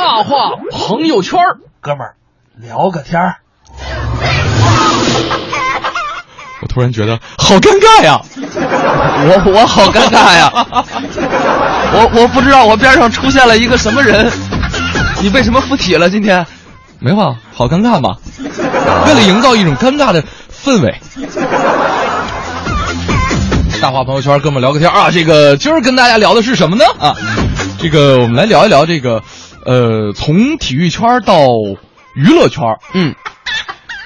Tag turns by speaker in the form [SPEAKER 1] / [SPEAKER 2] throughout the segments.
[SPEAKER 1] 变化朋友圈儿。
[SPEAKER 2] 哥们儿，聊个天儿。
[SPEAKER 3] 我突然觉得好尴尬呀！
[SPEAKER 1] 我我好尴尬呀！我我不知道我边上出现了一个什么人，你为什么附体了今天？
[SPEAKER 3] 没话，好尴尬嘛！为了营造一种尴尬的氛围，大话朋友圈，哥们儿聊个天儿啊！这个今儿跟大家聊的是什么呢？啊，这个我们来聊一聊这个，呃，从体育圈儿到娱乐圈儿，
[SPEAKER 1] 嗯，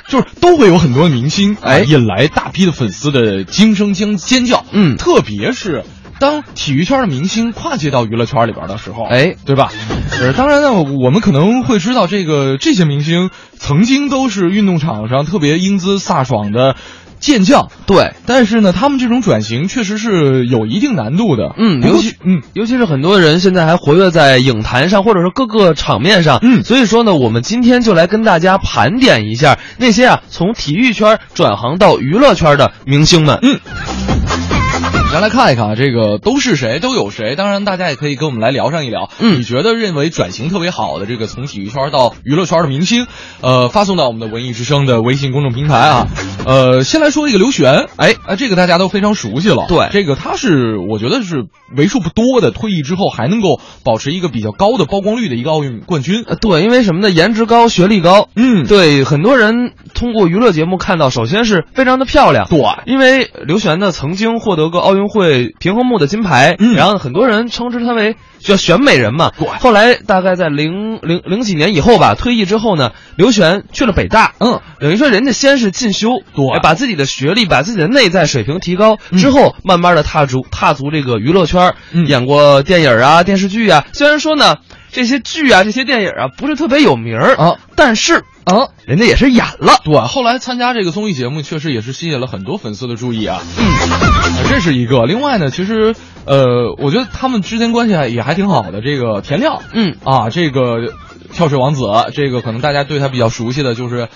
[SPEAKER 3] 就是都会有很多明星
[SPEAKER 1] 哎
[SPEAKER 3] 哎引来大批的粉丝的惊声尖尖叫，
[SPEAKER 1] 嗯
[SPEAKER 3] 特别是当体育圈的明星跨界到娱乐圈里边的时候，
[SPEAKER 1] 哎
[SPEAKER 3] 对吧？呃，当然呢，我们可能会知道这个这些明星曾经都是运动场上特别英姿飒爽的健将，
[SPEAKER 1] 对，
[SPEAKER 3] 但是呢，他们这种转型确实是有一定难度的，
[SPEAKER 1] 嗯，
[SPEAKER 3] 不过
[SPEAKER 1] 尤其
[SPEAKER 3] 嗯。
[SPEAKER 1] 尤其是很多人现在还活跃在影坛上，或者是各个场面上，
[SPEAKER 3] 嗯
[SPEAKER 1] 所以说呢，我们今天就来跟大家盘点一下那些啊从体育圈转行到娱乐圈的明星们，嗯，
[SPEAKER 3] 咱来看一看啊，这个都是谁，都有谁。当然，大家也可以跟我们来聊上一聊。
[SPEAKER 1] 嗯
[SPEAKER 3] 你觉得认为转型特别好的这个从体育圈到娱乐圈的明星，呃，发送到我们的文艺之声的微信公众平台啊。呃，先来说一个刘璇，哎啊，这个大家都非常熟悉了。
[SPEAKER 1] 对
[SPEAKER 3] 这个他是我觉得是为数不多的退役之后还能够保持一个比较高的曝光率的一个奥运冠军。
[SPEAKER 1] 呃对，因为什么呢？颜值高，学历高，
[SPEAKER 3] 嗯，
[SPEAKER 1] 对，很多人通过娱乐节目看到，首先是非常的漂亮，
[SPEAKER 3] 对
[SPEAKER 1] 因为刘璇呢曾经获得过奥运会平衡木的金牌，
[SPEAKER 3] 嗯
[SPEAKER 1] 然后很多人称之她为叫选美人嘛，
[SPEAKER 3] 对
[SPEAKER 1] 后来大概在零零零几年以后吧，退役之后呢，刘璇去了北大，
[SPEAKER 3] 嗯，
[SPEAKER 1] 等于说人家先是进修，
[SPEAKER 3] 对
[SPEAKER 1] 哎把自己的学历、把自己的内在水平提高
[SPEAKER 3] 嗯
[SPEAKER 1] 之后，慢慢的踏足踏足这个娱乐圈儿，
[SPEAKER 3] 嗯
[SPEAKER 1] 演过电影啊、电视剧啊，虽然说呢。这些剧啊，这些电影啊，不是特别有名儿
[SPEAKER 3] 啊，
[SPEAKER 1] 但是
[SPEAKER 3] 啊，
[SPEAKER 1] 人家也是演了。
[SPEAKER 3] 对，后来参加这个综艺节目，确实也是吸引了很多粉丝的注意啊。嗯，这是一个。另外呢，其实呃，我觉得他们之间关系还也还挺好的。这个田亮，
[SPEAKER 1] 嗯，
[SPEAKER 3] 啊，这个跳水王子，这个可能大家对他比较熟悉的就是。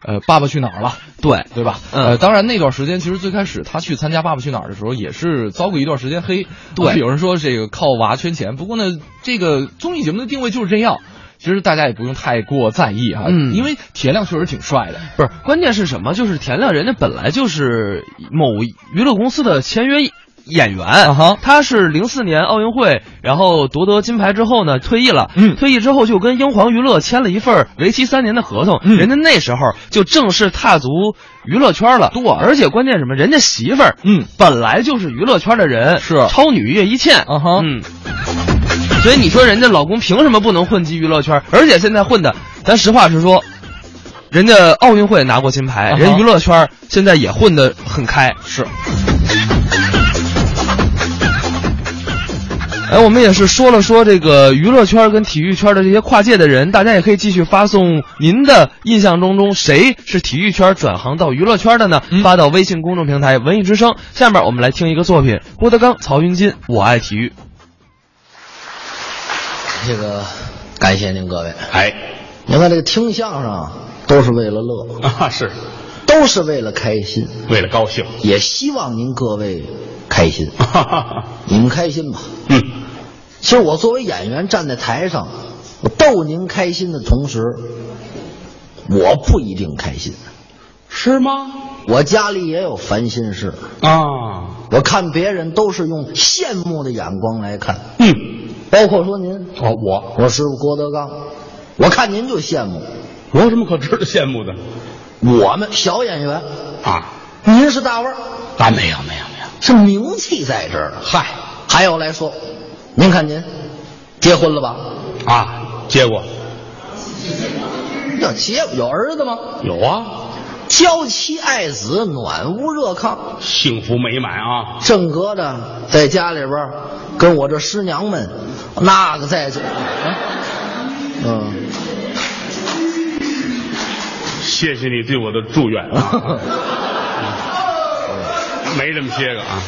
[SPEAKER 3] 呃，爸爸去哪儿了？
[SPEAKER 1] 对，
[SPEAKER 3] 对吧？
[SPEAKER 1] 嗯
[SPEAKER 3] 呃，当然那段时间，其实最开始他去参加《爸爸去哪儿》的时候，也是遭过一段时间黑。
[SPEAKER 1] 对
[SPEAKER 3] 有人说这个靠娃圈钱，不过呢，这个综艺节目的定位就是这样，其实大家也不用太过在意啊，
[SPEAKER 1] 嗯
[SPEAKER 3] 因为田亮确实挺帅的。
[SPEAKER 1] 不是，关键是什么？就是田亮人家本来就是某娱乐公司的签约演员，
[SPEAKER 3] 啊哈
[SPEAKER 1] 他是零四年奥运会，然后夺得金牌之后呢，退役了。
[SPEAKER 3] 嗯
[SPEAKER 1] 退役之后就跟英皇娱乐签了一份为期三年的合同。
[SPEAKER 3] 嗯
[SPEAKER 1] 人家那时候就正式踏足娱乐圈了。
[SPEAKER 3] 对
[SPEAKER 1] 而且关键是什么？人家媳妇儿，
[SPEAKER 3] 嗯，
[SPEAKER 1] 本来就是娱乐圈的人，
[SPEAKER 3] 是
[SPEAKER 1] 超女岳一茜。
[SPEAKER 3] 啊哈
[SPEAKER 1] 嗯。所以你说人家老公凭什么不能混迹娱乐圈？而且现在混的，咱实话实说，人家奥运会拿过金牌，
[SPEAKER 3] 啊哈
[SPEAKER 1] 人娱乐圈现在也混得很开。
[SPEAKER 3] 是，
[SPEAKER 1] 哎，我们也是说了说这个娱乐圈跟体育圈的这些跨界的人，大家也可以继续发送您的印象中中谁是体育圈转行到娱乐圈的呢？
[SPEAKER 3] 嗯
[SPEAKER 1] 发到微信公众平台“文艺之声”。下面我们来听一个作品，郭德纲、曹云金，《我爱体育》。
[SPEAKER 4] 这个感谢您各位。
[SPEAKER 5] 哎，
[SPEAKER 4] 你看这个听相声啊都是为了乐，
[SPEAKER 5] 啊，是
[SPEAKER 4] 都是为了开心，
[SPEAKER 5] 为了高 兴。
[SPEAKER 4] 也希望您各位开心，你们开心吧。
[SPEAKER 5] 嗯，
[SPEAKER 4] 其实我作为演员站在台上，我逗您开心的同时，我不一定开心。
[SPEAKER 5] 是吗？
[SPEAKER 4] 我家里也有烦心事，
[SPEAKER 5] 啊，
[SPEAKER 4] 我看别人都是用羡慕的眼光来看，
[SPEAKER 5] 嗯，
[SPEAKER 4] 包括说您，
[SPEAKER 5] 哦，我
[SPEAKER 4] 我师傅郭德纲，我看您就羡慕。
[SPEAKER 5] 我有什么可值得羡慕的
[SPEAKER 4] 我们小演员，
[SPEAKER 5] 啊？
[SPEAKER 4] 您是大腕儿。
[SPEAKER 5] 啊，没有，没有，没有。
[SPEAKER 4] 是名气在这儿呢。嗨，还有来说，您看您结婚了吧？
[SPEAKER 5] 啊，结果
[SPEAKER 4] 要结有儿子吗？
[SPEAKER 5] 有啊，
[SPEAKER 4] 娇妻爱子，暖屋热炕，
[SPEAKER 5] 幸福美满啊。
[SPEAKER 4] 正格的在家里边儿跟我这师娘们那个在这，嗯，
[SPEAKER 5] 谢谢你对我的祝愿 啊。没这么些个啊，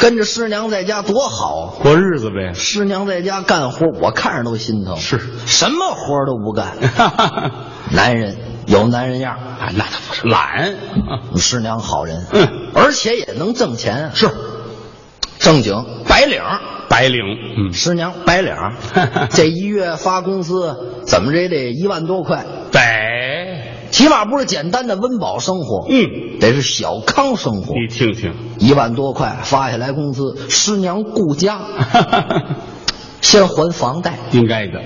[SPEAKER 4] 跟着师娘在家多好啊！
[SPEAKER 5] 过日子呗。
[SPEAKER 4] 师娘在家干活，我看着都心疼。
[SPEAKER 5] 是
[SPEAKER 4] 什么活儿都不干，
[SPEAKER 5] 啊，
[SPEAKER 4] 男人有男人样儿，
[SPEAKER 5] 哎那倒不是 懒。
[SPEAKER 4] 你师娘好人，
[SPEAKER 5] 嗯，
[SPEAKER 4] 而且也能挣钱啊。
[SPEAKER 5] 是
[SPEAKER 4] 正经白领儿，
[SPEAKER 5] 白领，嗯，
[SPEAKER 4] 师娘白领 儿，这一月发工资，怎么着也得一万多块，
[SPEAKER 5] 得，
[SPEAKER 4] 起码不是简单的温饱生活，
[SPEAKER 5] 嗯，
[SPEAKER 4] 得是小康生活。
[SPEAKER 5] 你听听，
[SPEAKER 4] 一万多块发下来工资，师娘顾家，先还房贷。
[SPEAKER 5] 应该的，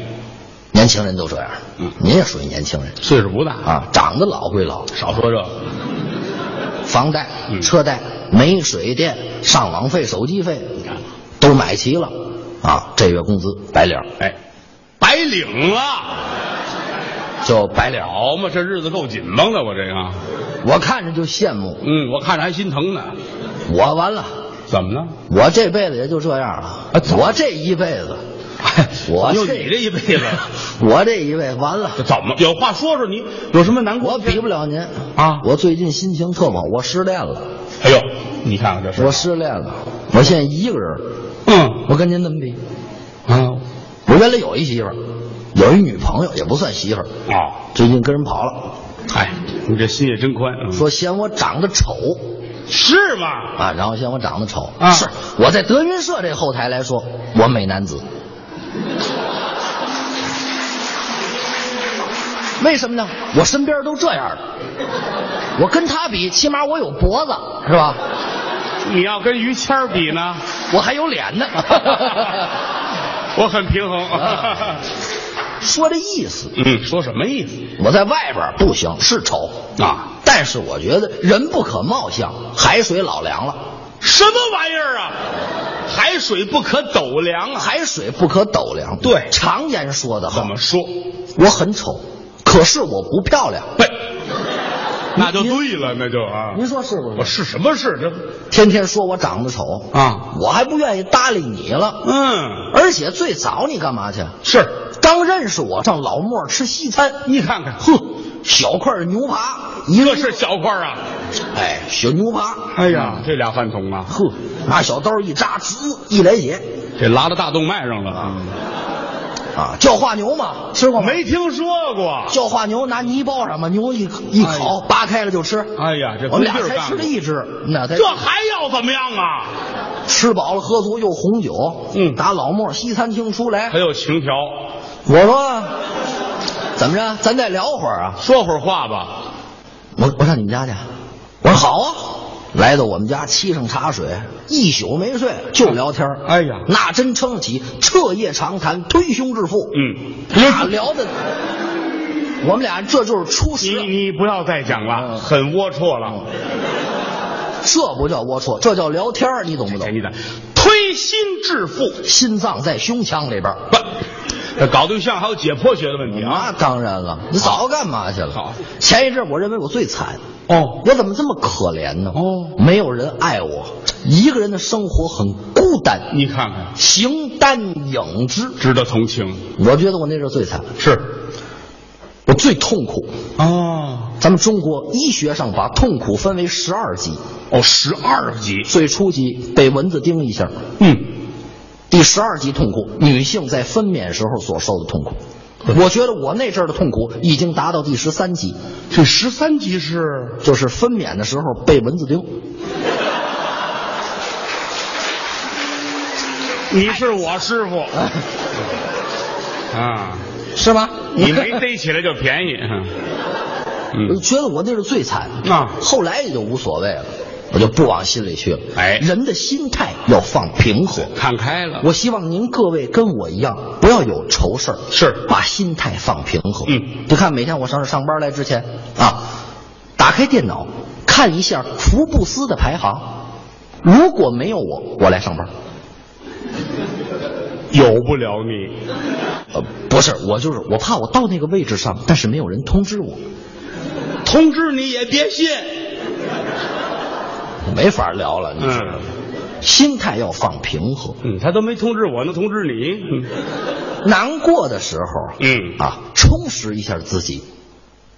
[SPEAKER 4] 年轻人都这样，
[SPEAKER 5] 嗯
[SPEAKER 4] 您也属于年轻人
[SPEAKER 5] 岁数不大，
[SPEAKER 4] 啊，长得老归老，
[SPEAKER 5] 少说这个，
[SPEAKER 4] 房贷、
[SPEAKER 5] 嗯
[SPEAKER 4] 车贷、煤、水电、上网费、手机费，都买齐了啊，这月工资白领儿
[SPEAKER 5] 哎，白领了，
[SPEAKER 4] 就白领儿，
[SPEAKER 5] 好嘛，这日子够紧绷的，我这个，
[SPEAKER 4] 我看着就羡慕，
[SPEAKER 5] 嗯，我看着还心疼呢，
[SPEAKER 4] 我完了。
[SPEAKER 5] 怎么了？
[SPEAKER 4] 我这辈子也就这样了，我这一辈子， 我
[SPEAKER 5] 就哎你这一辈子，
[SPEAKER 4] 我这一辈子完了，
[SPEAKER 5] 这怎么有话说说你有什么难过？
[SPEAKER 4] 我比不了您
[SPEAKER 5] 啊
[SPEAKER 4] 我最近心情特不好，我失恋了，
[SPEAKER 5] 哎呦，你看看这
[SPEAKER 4] 我
[SPEAKER 5] 是，
[SPEAKER 4] 失恋了，我现在一个人，
[SPEAKER 5] 嗯
[SPEAKER 4] 我跟您怎么比？
[SPEAKER 5] 啊
[SPEAKER 4] 我原来有一媳妇儿，有一女朋友，也不算媳妇儿，
[SPEAKER 5] 啊，
[SPEAKER 4] 最近跟人跑了，
[SPEAKER 5] 哎，你这心也真宽，嗯
[SPEAKER 4] 说嫌我长得丑
[SPEAKER 5] 是吗？
[SPEAKER 4] 啊，然后嫌我长得丑，
[SPEAKER 5] 啊
[SPEAKER 4] 是我在德云社这后台来说，我美男子。为什么呢？我身边都这样的，我跟他比，起码我有脖子，是吧？
[SPEAKER 5] 你要跟于谦儿比呢，
[SPEAKER 4] 我还有脸呢。
[SPEAKER 5] 我很平衡。
[SPEAKER 4] 啊说这意思，
[SPEAKER 5] 嗯，说什么意思
[SPEAKER 4] 我在外边不行，是丑，
[SPEAKER 5] 啊？
[SPEAKER 4] 但是我觉得人不可貌相，海水老凉了，
[SPEAKER 5] 什么玩意儿啊？海水不可斗量啊！
[SPEAKER 4] 海水不可斗量。
[SPEAKER 5] 对
[SPEAKER 4] 常言说得好，
[SPEAKER 5] 怎么说？
[SPEAKER 4] 我很丑，可是我不漂亮。
[SPEAKER 5] 对，那就对了，那就啊。
[SPEAKER 4] 您说是不
[SPEAKER 5] 我
[SPEAKER 4] 是？
[SPEAKER 5] 是什么事？这
[SPEAKER 4] 天天说我长得丑，
[SPEAKER 5] 啊，
[SPEAKER 4] 我还不愿意搭理你了。
[SPEAKER 5] 嗯，
[SPEAKER 4] 而且最早你干嘛去？
[SPEAKER 5] 是
[SPEAKER 4] 刚认识我上老莫吃西餐，
[SPEAKER 5] 你看看，
[SPEAKER 4] 哼，小块牛扒，一
[SPEAKER 5] 这
[SPEAKER 4] 个
[SPEAKER 5] 是小块啊！
[SPEAKER 4] 哎小牛扒，
[SPEAKER 5] 哎呀，这俩饭桶啊，
[SPEAKER 4] 呵，拿小刀一扎，滋一来血
[SPEAKER 5] 这拉到大动脉上了啊！
[SPEAKER 4] 啊，叫化牛嘛，吃过吗？
[SPEAKER 5] 没听说 过。
[SPEAKER 4] 叫化牛拿泥包上嘛，牛一一烤，扒开了就吃。
[SPEAKER 5] 哎呀，这
[SPEAKER 4] 我们俩
[SPEAKER 5] 不地儿
[SPEAKER 4] 才
[SPEAKER 5] 干嗯
[SPEAKER 4] 吃了
[SPEAKER 5] 过
[SPEAKER 4] 一只，那才
[SPEAKER 5] 这还要怎么样啊？
[SPEAKER 4] 吃饱了喝足又红酒，
[SPEAKER 5] 嗯
[SPEAKER 4] 打老莫西餐厅出来
[SPEAKER 5] 还，有情调，
[SPEAKER 4] 我说怎么着，咱再聊会儿啊？
[SPEAKER 5] 说会儿话吧。
[SPEAKER 4] 我我上你们家去，我说好啊。来到我们家，沏上茶水，一宿没睡，就聊天儿
[SPEAKER 5] 哎呀
[SPEAKER 4] 那真撑得起，彻夜长谈，推胸置腹。
[SPEAKER 5] 嗯，
[SPEAKER 4] 那聊的，我们俩这就是初识
[SPEAKER 5] 你，你不要再讲了，很龌龊了。
[SPEAKER 4] 这不叫龌龊，这叫聊天儿你懂不懂
[SPEAKER 5] 哎，？你的推心置腹，
[SPEAKER 4] 心脏在胸腔里边儿。
[SPEAKER 5] 不，这搞对象还有解剖学的问题
[SPEAKER 4] 那
[SPEAKER 5] 啊。
[SPEAKER 4] 当然了，你早干嘛去了？
[SPEAKER 5] 好
[SPEAKER 4] 前一阵我认为我最惨，
[SPEAKER 5] 哦，
[SPEAKER 4] 我怎么这么可怜呢？
[SPEAKER 5] 哦，
[SPEAKER 4] 没有人爱我，一个人的生活很孤单，
[SPEAKER 5] 你看看，
[SPEAKER 4] 形单影只。
[SPEAKER 5] 值得同情。
[SPEAKER 4] 我觉得我那阵儿最惨，
[SPEAKER 5] 是
[SPEAKER 4] 我最痛苦。
[SPEAKER 5] 哦
[SPEAKER 4] 咱们中国医学上把痛苦分为十二级，
[SPEAKER 5] 哦，十二级。
[SPEAKER 4] 最初级被蚊子叮一下，
[SPEAKER 5] 嗯，
[SPEAKER 4] 第十二级痛苦，女性在分娩时候所受的痛苦。
[SPEAKER 5] 嗯
[SPEAKER 4] 我觉得我那阵儿的痛苦已经达到第十三级，
[SPEAKER 5] 这十三级是
[SPEAKER 4] 就是分娩的时候被蚊子叮。
[SPEAKER 5] 你是我师傅啊，
[SPEAKER 4] 是吧？
[SPEAKER 5] 你没逮起来就便宜。
[SPEAKER 4] 我
[SPEAKER 5] 嗯，
[SPEAKER 4] 觉得我那是最惨
[SPEAKER 5] 啊
[SPEAKER 4] 后来也就无所谓了，我就不往心里去了。
[SPEAKER 5] 哎
[SPEAKER 4] 人的心态要放平和。
[SPEAKER 5] 看开了。
[SPEAKER 4] 我希望您各位跟我一样，不要有愁事儿，
[SPEAKER 5] 是
[SPEAKER 4] 把心态放平和。
[SPEAKER 5] 嗯，
[SPEAKER 4] 就看每天我上这上班来之前啊，打开电脑看一下福布斯的排行，如果没有我，我来上班。
[SPEAKER 5] 有不了你。
[SPEAKER 4] 呃，不是，我就是我怕我到那个位置上，但是没有人通知我，
[SPEAKER 5] 通知你也别信。
[SPEAKER 4] 没法聊了。你知道吗
[SPEAKER 5] 嗯
[SPEAKER 4] 心态要放平和。
[SPEAKER 5] 嗯，他都没通知我，能通知你？
[SPEAKER 4] 难过的时候，
[SPEAKER 5] 嗯
[SPEAKER 4] 啊，充实一下自己，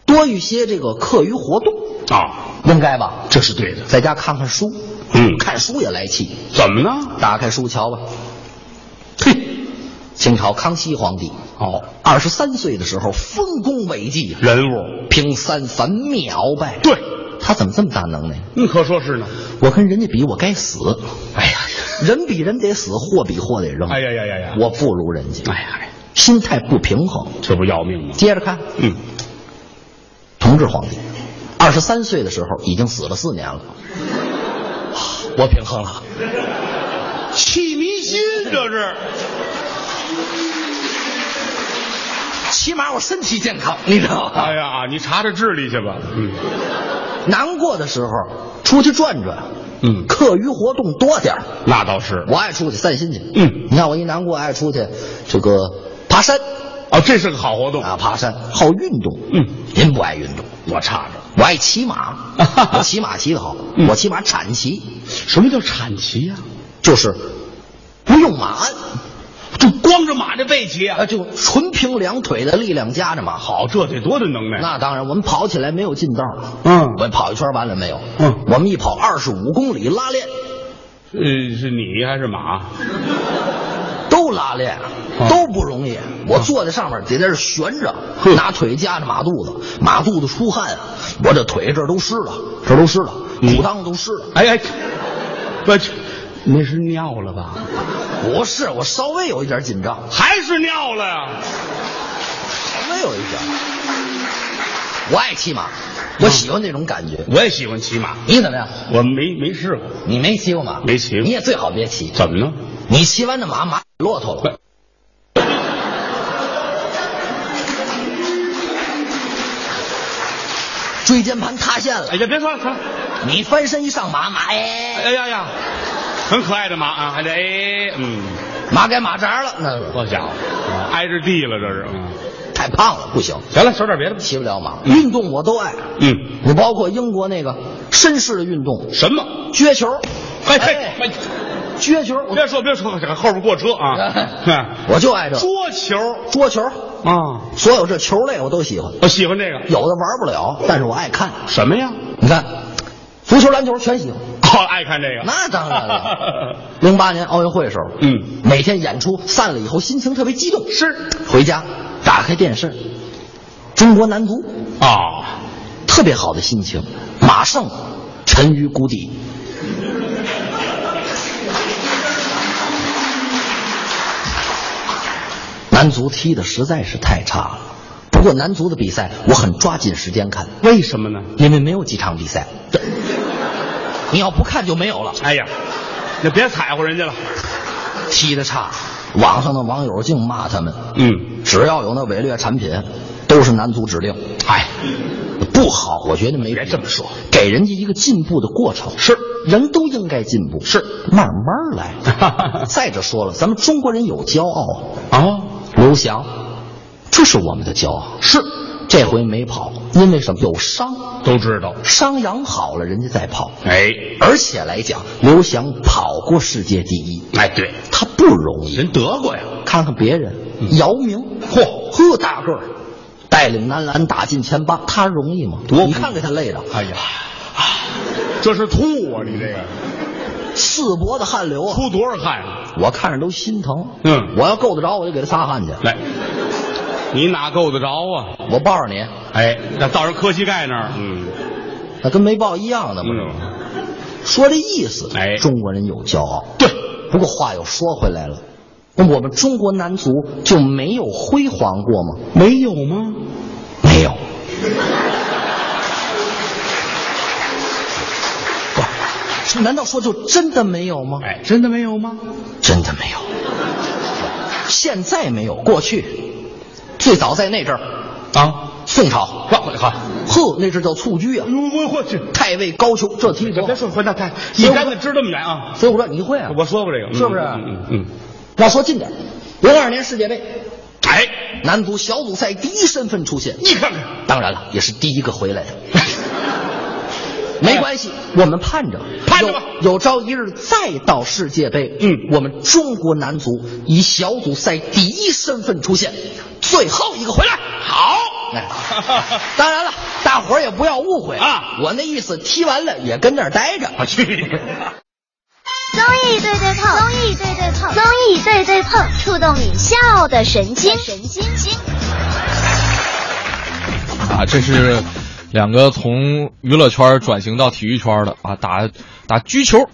[SPEAKER 4] 多一些这个课余活动，
[SPEAKER 5] 啊，
[SPEAKER 4] 应该吧？
[SPEAKER 5] 这是对的。
[SPEAKER 4] 在家看看书，
[SPEAKER 5] 嗯
[SPEAKER 4] 看书也来气，
[SPEAKER 5] 怎么呢？
[SPEAKER 4] 打开书瞧吧。嘿，清朝康熙皇帝
[SPEAKER 5] 哦，
[SPEAKER 4] 二十三岁的时候丰功伟绩，
[SPEAKER 5] 人物，
[SPEAKER 4] 平三藩灭鳌拜。
[SPEAKER 5] 对，
[SPEAKER 4] 他怎么这么大能耐？
[SPEAKER 5] 你可说是呢。
[SPEAKER 4] 我跟人家比，我该死。哎呀，人比人得死，货比货得扔。
[SPEAKER 5] 哎呀呀呀呀
[SPEAKER 4] 我不如人家，
[SPEAKER 5] 哎呀哎，
[SPEAKER 4] 心态不平衡。
[SPEAKER 5] 这不要命吗？
[SPEAKER 4] 接着看，
[SPEAKER 5] 嗯，
[SPEAKER 4] 同治皇帝，二十三岁的时候已经死了四年了。 我平衡了，
[SPEAKER 5] 气迷心这是。
[SPEAKER 4] 起码我身体健康， 你知道吗？
[SPEAKER 5] 哎呀，你查查智力去吧。嗯，
[SPEAKER 4] 难过的时候出去转转，
[SPEAKER 5] 嗯
[SPEAKER 4] 课余活动多点儿。
[SPEAKER 5] 那倒是。
[SPEAKER 4] 我爱出去散心去。
[SPEAKER 5] 嗯，
[SPEAKER 4] 你看我一难过爱出去，这个爬山
[SPEAKER 5] 哦，这是个好活动。
[SPEAKER 4] 啊，爬山好运动。
[SPEAKER 5] 嗯，
[SPEAKER 4] 您不爱运动，
[SPEAKER 5] 我差着。，
[SPEAKER 4] 我爱骑 马我骑马骑得好，
[SPEAKER 5] 嗯
[SPEAKER 4] 我骑马铲骑，
[SPEAKER 5] 什么叫产骑呀、
[SPEAKER 4] 就是不用马鞍，
[SPEAKER 5] 就光着马这背骑啊
[SPEAKER 4] 啊，？就纯凭两腿的力量夹着马好。
[SPEAKER 5] 好，哦这得多大能耐？
[SPEAKER 4] 那当然，我们跑起来没有近道。
[SPEAKER 5] 嗯
[SPEAKER 4] 我跑一圈完了没有？
[SPEAKER 5] 嗯
[SPEAKER 4] 我们一跑二十五公里拉练，
[SPEAKER 5] 呃，是你还是马？
[SPEAKER 4] 都拉练，啊都不容易。我坐在上面得在这悬着，拿腿夹着马肚子，马肚子出汗啊，我这腿这儿都湿了，这儿都湿了，嗯裤裆都湿了。
[SPEAKER 5] 哎哎，不，这那是尿了吧？
[SPEAKER 4] 不是，我稍微有一点紧张，
[SPEAKER 5] 还是尿了呀？
[SPEAKER 4] 稍微有一点。我爱骑马，我喜欢这种感觉。
[SPEAKER 5] 我也喜欢骑马，
[SPEAKER 4] 你怎么样？
[SPEAKER 5] 我没没试过，
[SPEAKER 4] 你没骑过马？
[SPEAKER 5] 没骑过
[SPEAKER 4] 你也最好别骑。
[SPEAKER 5] 怎么呢？
[SPEAKER 4] 你骑完的马，马骆驼了。椎间盘塌陷了
[SPEAKER 5] 哎，呀，别算了，算了。
[SPEAKER 4] 你翻身一上马，马哎，
[SPEAKER 5] 哎呀呀，很可爱的马啊，还得哎，嗯，
[SPEAKER 4] 马改马扎了，那
[SPEAKER 5] 好家伙，挨着地了这是。嗯
[SPEAKER 4] 太胖了，不行，
[SPEAKER 5] 行了，说点别的吧。
[SPEAKER 4] 骑不了马。运动我都爱，
[SPEAKER 5] 嗯，
[SPEAKER 4] 你包括英国那个绅士的运动，
[SPEAKER 5] 什么？
[SPEAKER 4] 撅球，
[SPEAKER 5] 哎哎，哎
[SPEAKER 4] 撅球，我
[SPEAKER 5] 别说别说，后边过车 啊。
[SPEAKER 4] 我就爱这
[SPEAKER 5] 桌球
[SPEAKER 4] 桌球，
[SPEAKER 5] 啊，
[SPEAKER 4] 所有这球类我都喜欢，
[SPEAKER 5] 我喜欢这个。
[SPEAKER 4] 有的玩不了，但是我爱看。
[SPEAKER 5] 什么呀？
[SPEAKER 4] 你看，足球、篮球全喜欢。
[SPEAKER 5] 哦，爱看 这个。
[SPEAKER 4] 那当然了。零八年奥运会的时候，
[SPEAKER 5] 嗯，
[SPEAKER 4] 每天演出散了以后，心情特别激动。
[SPEAKER 5] 是
[SPEAKER 4] 回家打开电视，中国男足，
[SPEAKER 5] 啊，
[SPEAKER 4] 特别好的心情，马上沉于谷底。男足踢的实在是太差了，不过男足的比赛我很抓紧时间看，
[SPEAKER 5] 为什么呢？
[SPEAKER 4] 因为没有几场比赛，这你要不看就没有了。
[SPEAKER 5] 哎呀，那别踩乎人家了。
[SPEAKER 4] 踢得差，网上的网友净骂他们。
[SPEAKER 5] 嗯，
[SPEAKER 4] 只要有那伪劣产品，都是男足指定。哎，不好，我觉得没必要。别这么说，给人家一个进步的过程。是，人都应该进步。是，慢慢 来。再者说了，咱们中国人有骄傲
[SPEAKER 5] 哦，
[SPEAKER 4] 刘翔，这是我们的骄傲。是，这回没跑，因为什么？有伤，
[SPEAKER 5] 都知道。
[SPEAKER 4] 伤养好了，人家再跑。
[SPEAKER 5] 哎，
[SPEAKER 4] 而且来讲，刘翔跑过世界第一，
[SPEAKER 5] 哎，对，
[SPEAKER 4] 他不容易。
[SPEAKER 5] 人德国呀。
[SPEAKER 4] 看看别人，
[SPEAKER 5] 嗯
[SPEAKER 4] 姚明，嚯，呵大个儿，带领男篮打进前八，他容易吗？
[SPEAKER 5] 多不
[SPEAKER 4] 你看给他累的，
[SPEAKER 5] 哎呀，这是吐啊！你这个
[SPEAKER 4] 四脖子汗流啊，
[SPEAKER 5] 出多少汗啊？
[SPEAKER 4] 我看着都心疼。
[SPEAKER 5] 嗯
[SPEAKER 4] 我要够得着，我就给他擦汗去。
[SPEAKER 5] 来，你哪够得着啊？
[SPEAKER 4] 我抱着你，
[SPEAKER 5] 哎，那到人磕膝盖那儿，嗯，
[SPEAKER 4] 那跟没抱一样的，不是吗？
[SPEAKER 5] 嗯，
[SPEAKER 4] 说这意思，
[SPEAKER 5] 哎
[SPEAKER 4] 中国人有骄傲。
[SPEAKER 5] 对，
[SPEAKER 4] 不过话又说回来了，那我们中国男足就没有辉煌过吗？
[SPEAKER 5] 没有吗？
[SPEAKER 4] 没有。不，难道说就真的没有吗？
[SPEAKER 5] 哎，真的没有吗？
[SPEAKER 4] 真的没有。现在没有，过去最早在那阵儿，
[SPEAKER 5] 啊，
[SPEAKER 4] 宋朝，
[SPEAKER 5] 好，好，
[SPEAKER 4] 呵，那阵儿叫蹴鞠啊，
[SPEAKER 5] 我我去，
[SPEAKER 4] 太尉高俅这踢多
[SPEAKER 5] 嗯别
[SPEAKER 4] 好。
[SPEAKER 5] 说回到太，你
[SPEAKER 4] 行
[SPEAKER 5] 站那支这么远啊？
[SPEAKER 4] 所以我说你会啊，
[SPEAKER 5] 我说过这个，嗯
[SPEAKER 4] 是不是
[SPEAKER 5] 嗯嗯嗯，
[SPEAKER 4] 要说近点儿，零二年世界杯，
[SPEAKER 5] 哎，
[SPEAKER 4] 男足小组赛第一身份出现，
[SPEAKER 5] 你看看，
[SPEAKER 4] 当然了，也是第一个回来的。没关系，我们盼着，
[SPEAKER 5] 盼着吧
[SPEAKER 4] 有有朝一日再到世界杯，
[SPEAKER 5] 嗯
[SPEAKER 4] 我们中国男足以小组赛第一身份出现，最后一个回来。
[SPEAKER 5] 好，
[SPEAKER 4] 哎，当然了，大伙儿也不要误会
[SPEAKER 5] 啊
[SPEAKER 4] 我那意思，踢完了也跟那儿待着。
[SPEAKER 5] 我去，
[SPEAKER 6] 综艺对对碰，综艺对对碰，综艺对对碰，触动你笑的神经，神经经。
[SPEAKER 3] 啊，这是两 个从娱乐圈转型到体育圈的啊，打打狙球。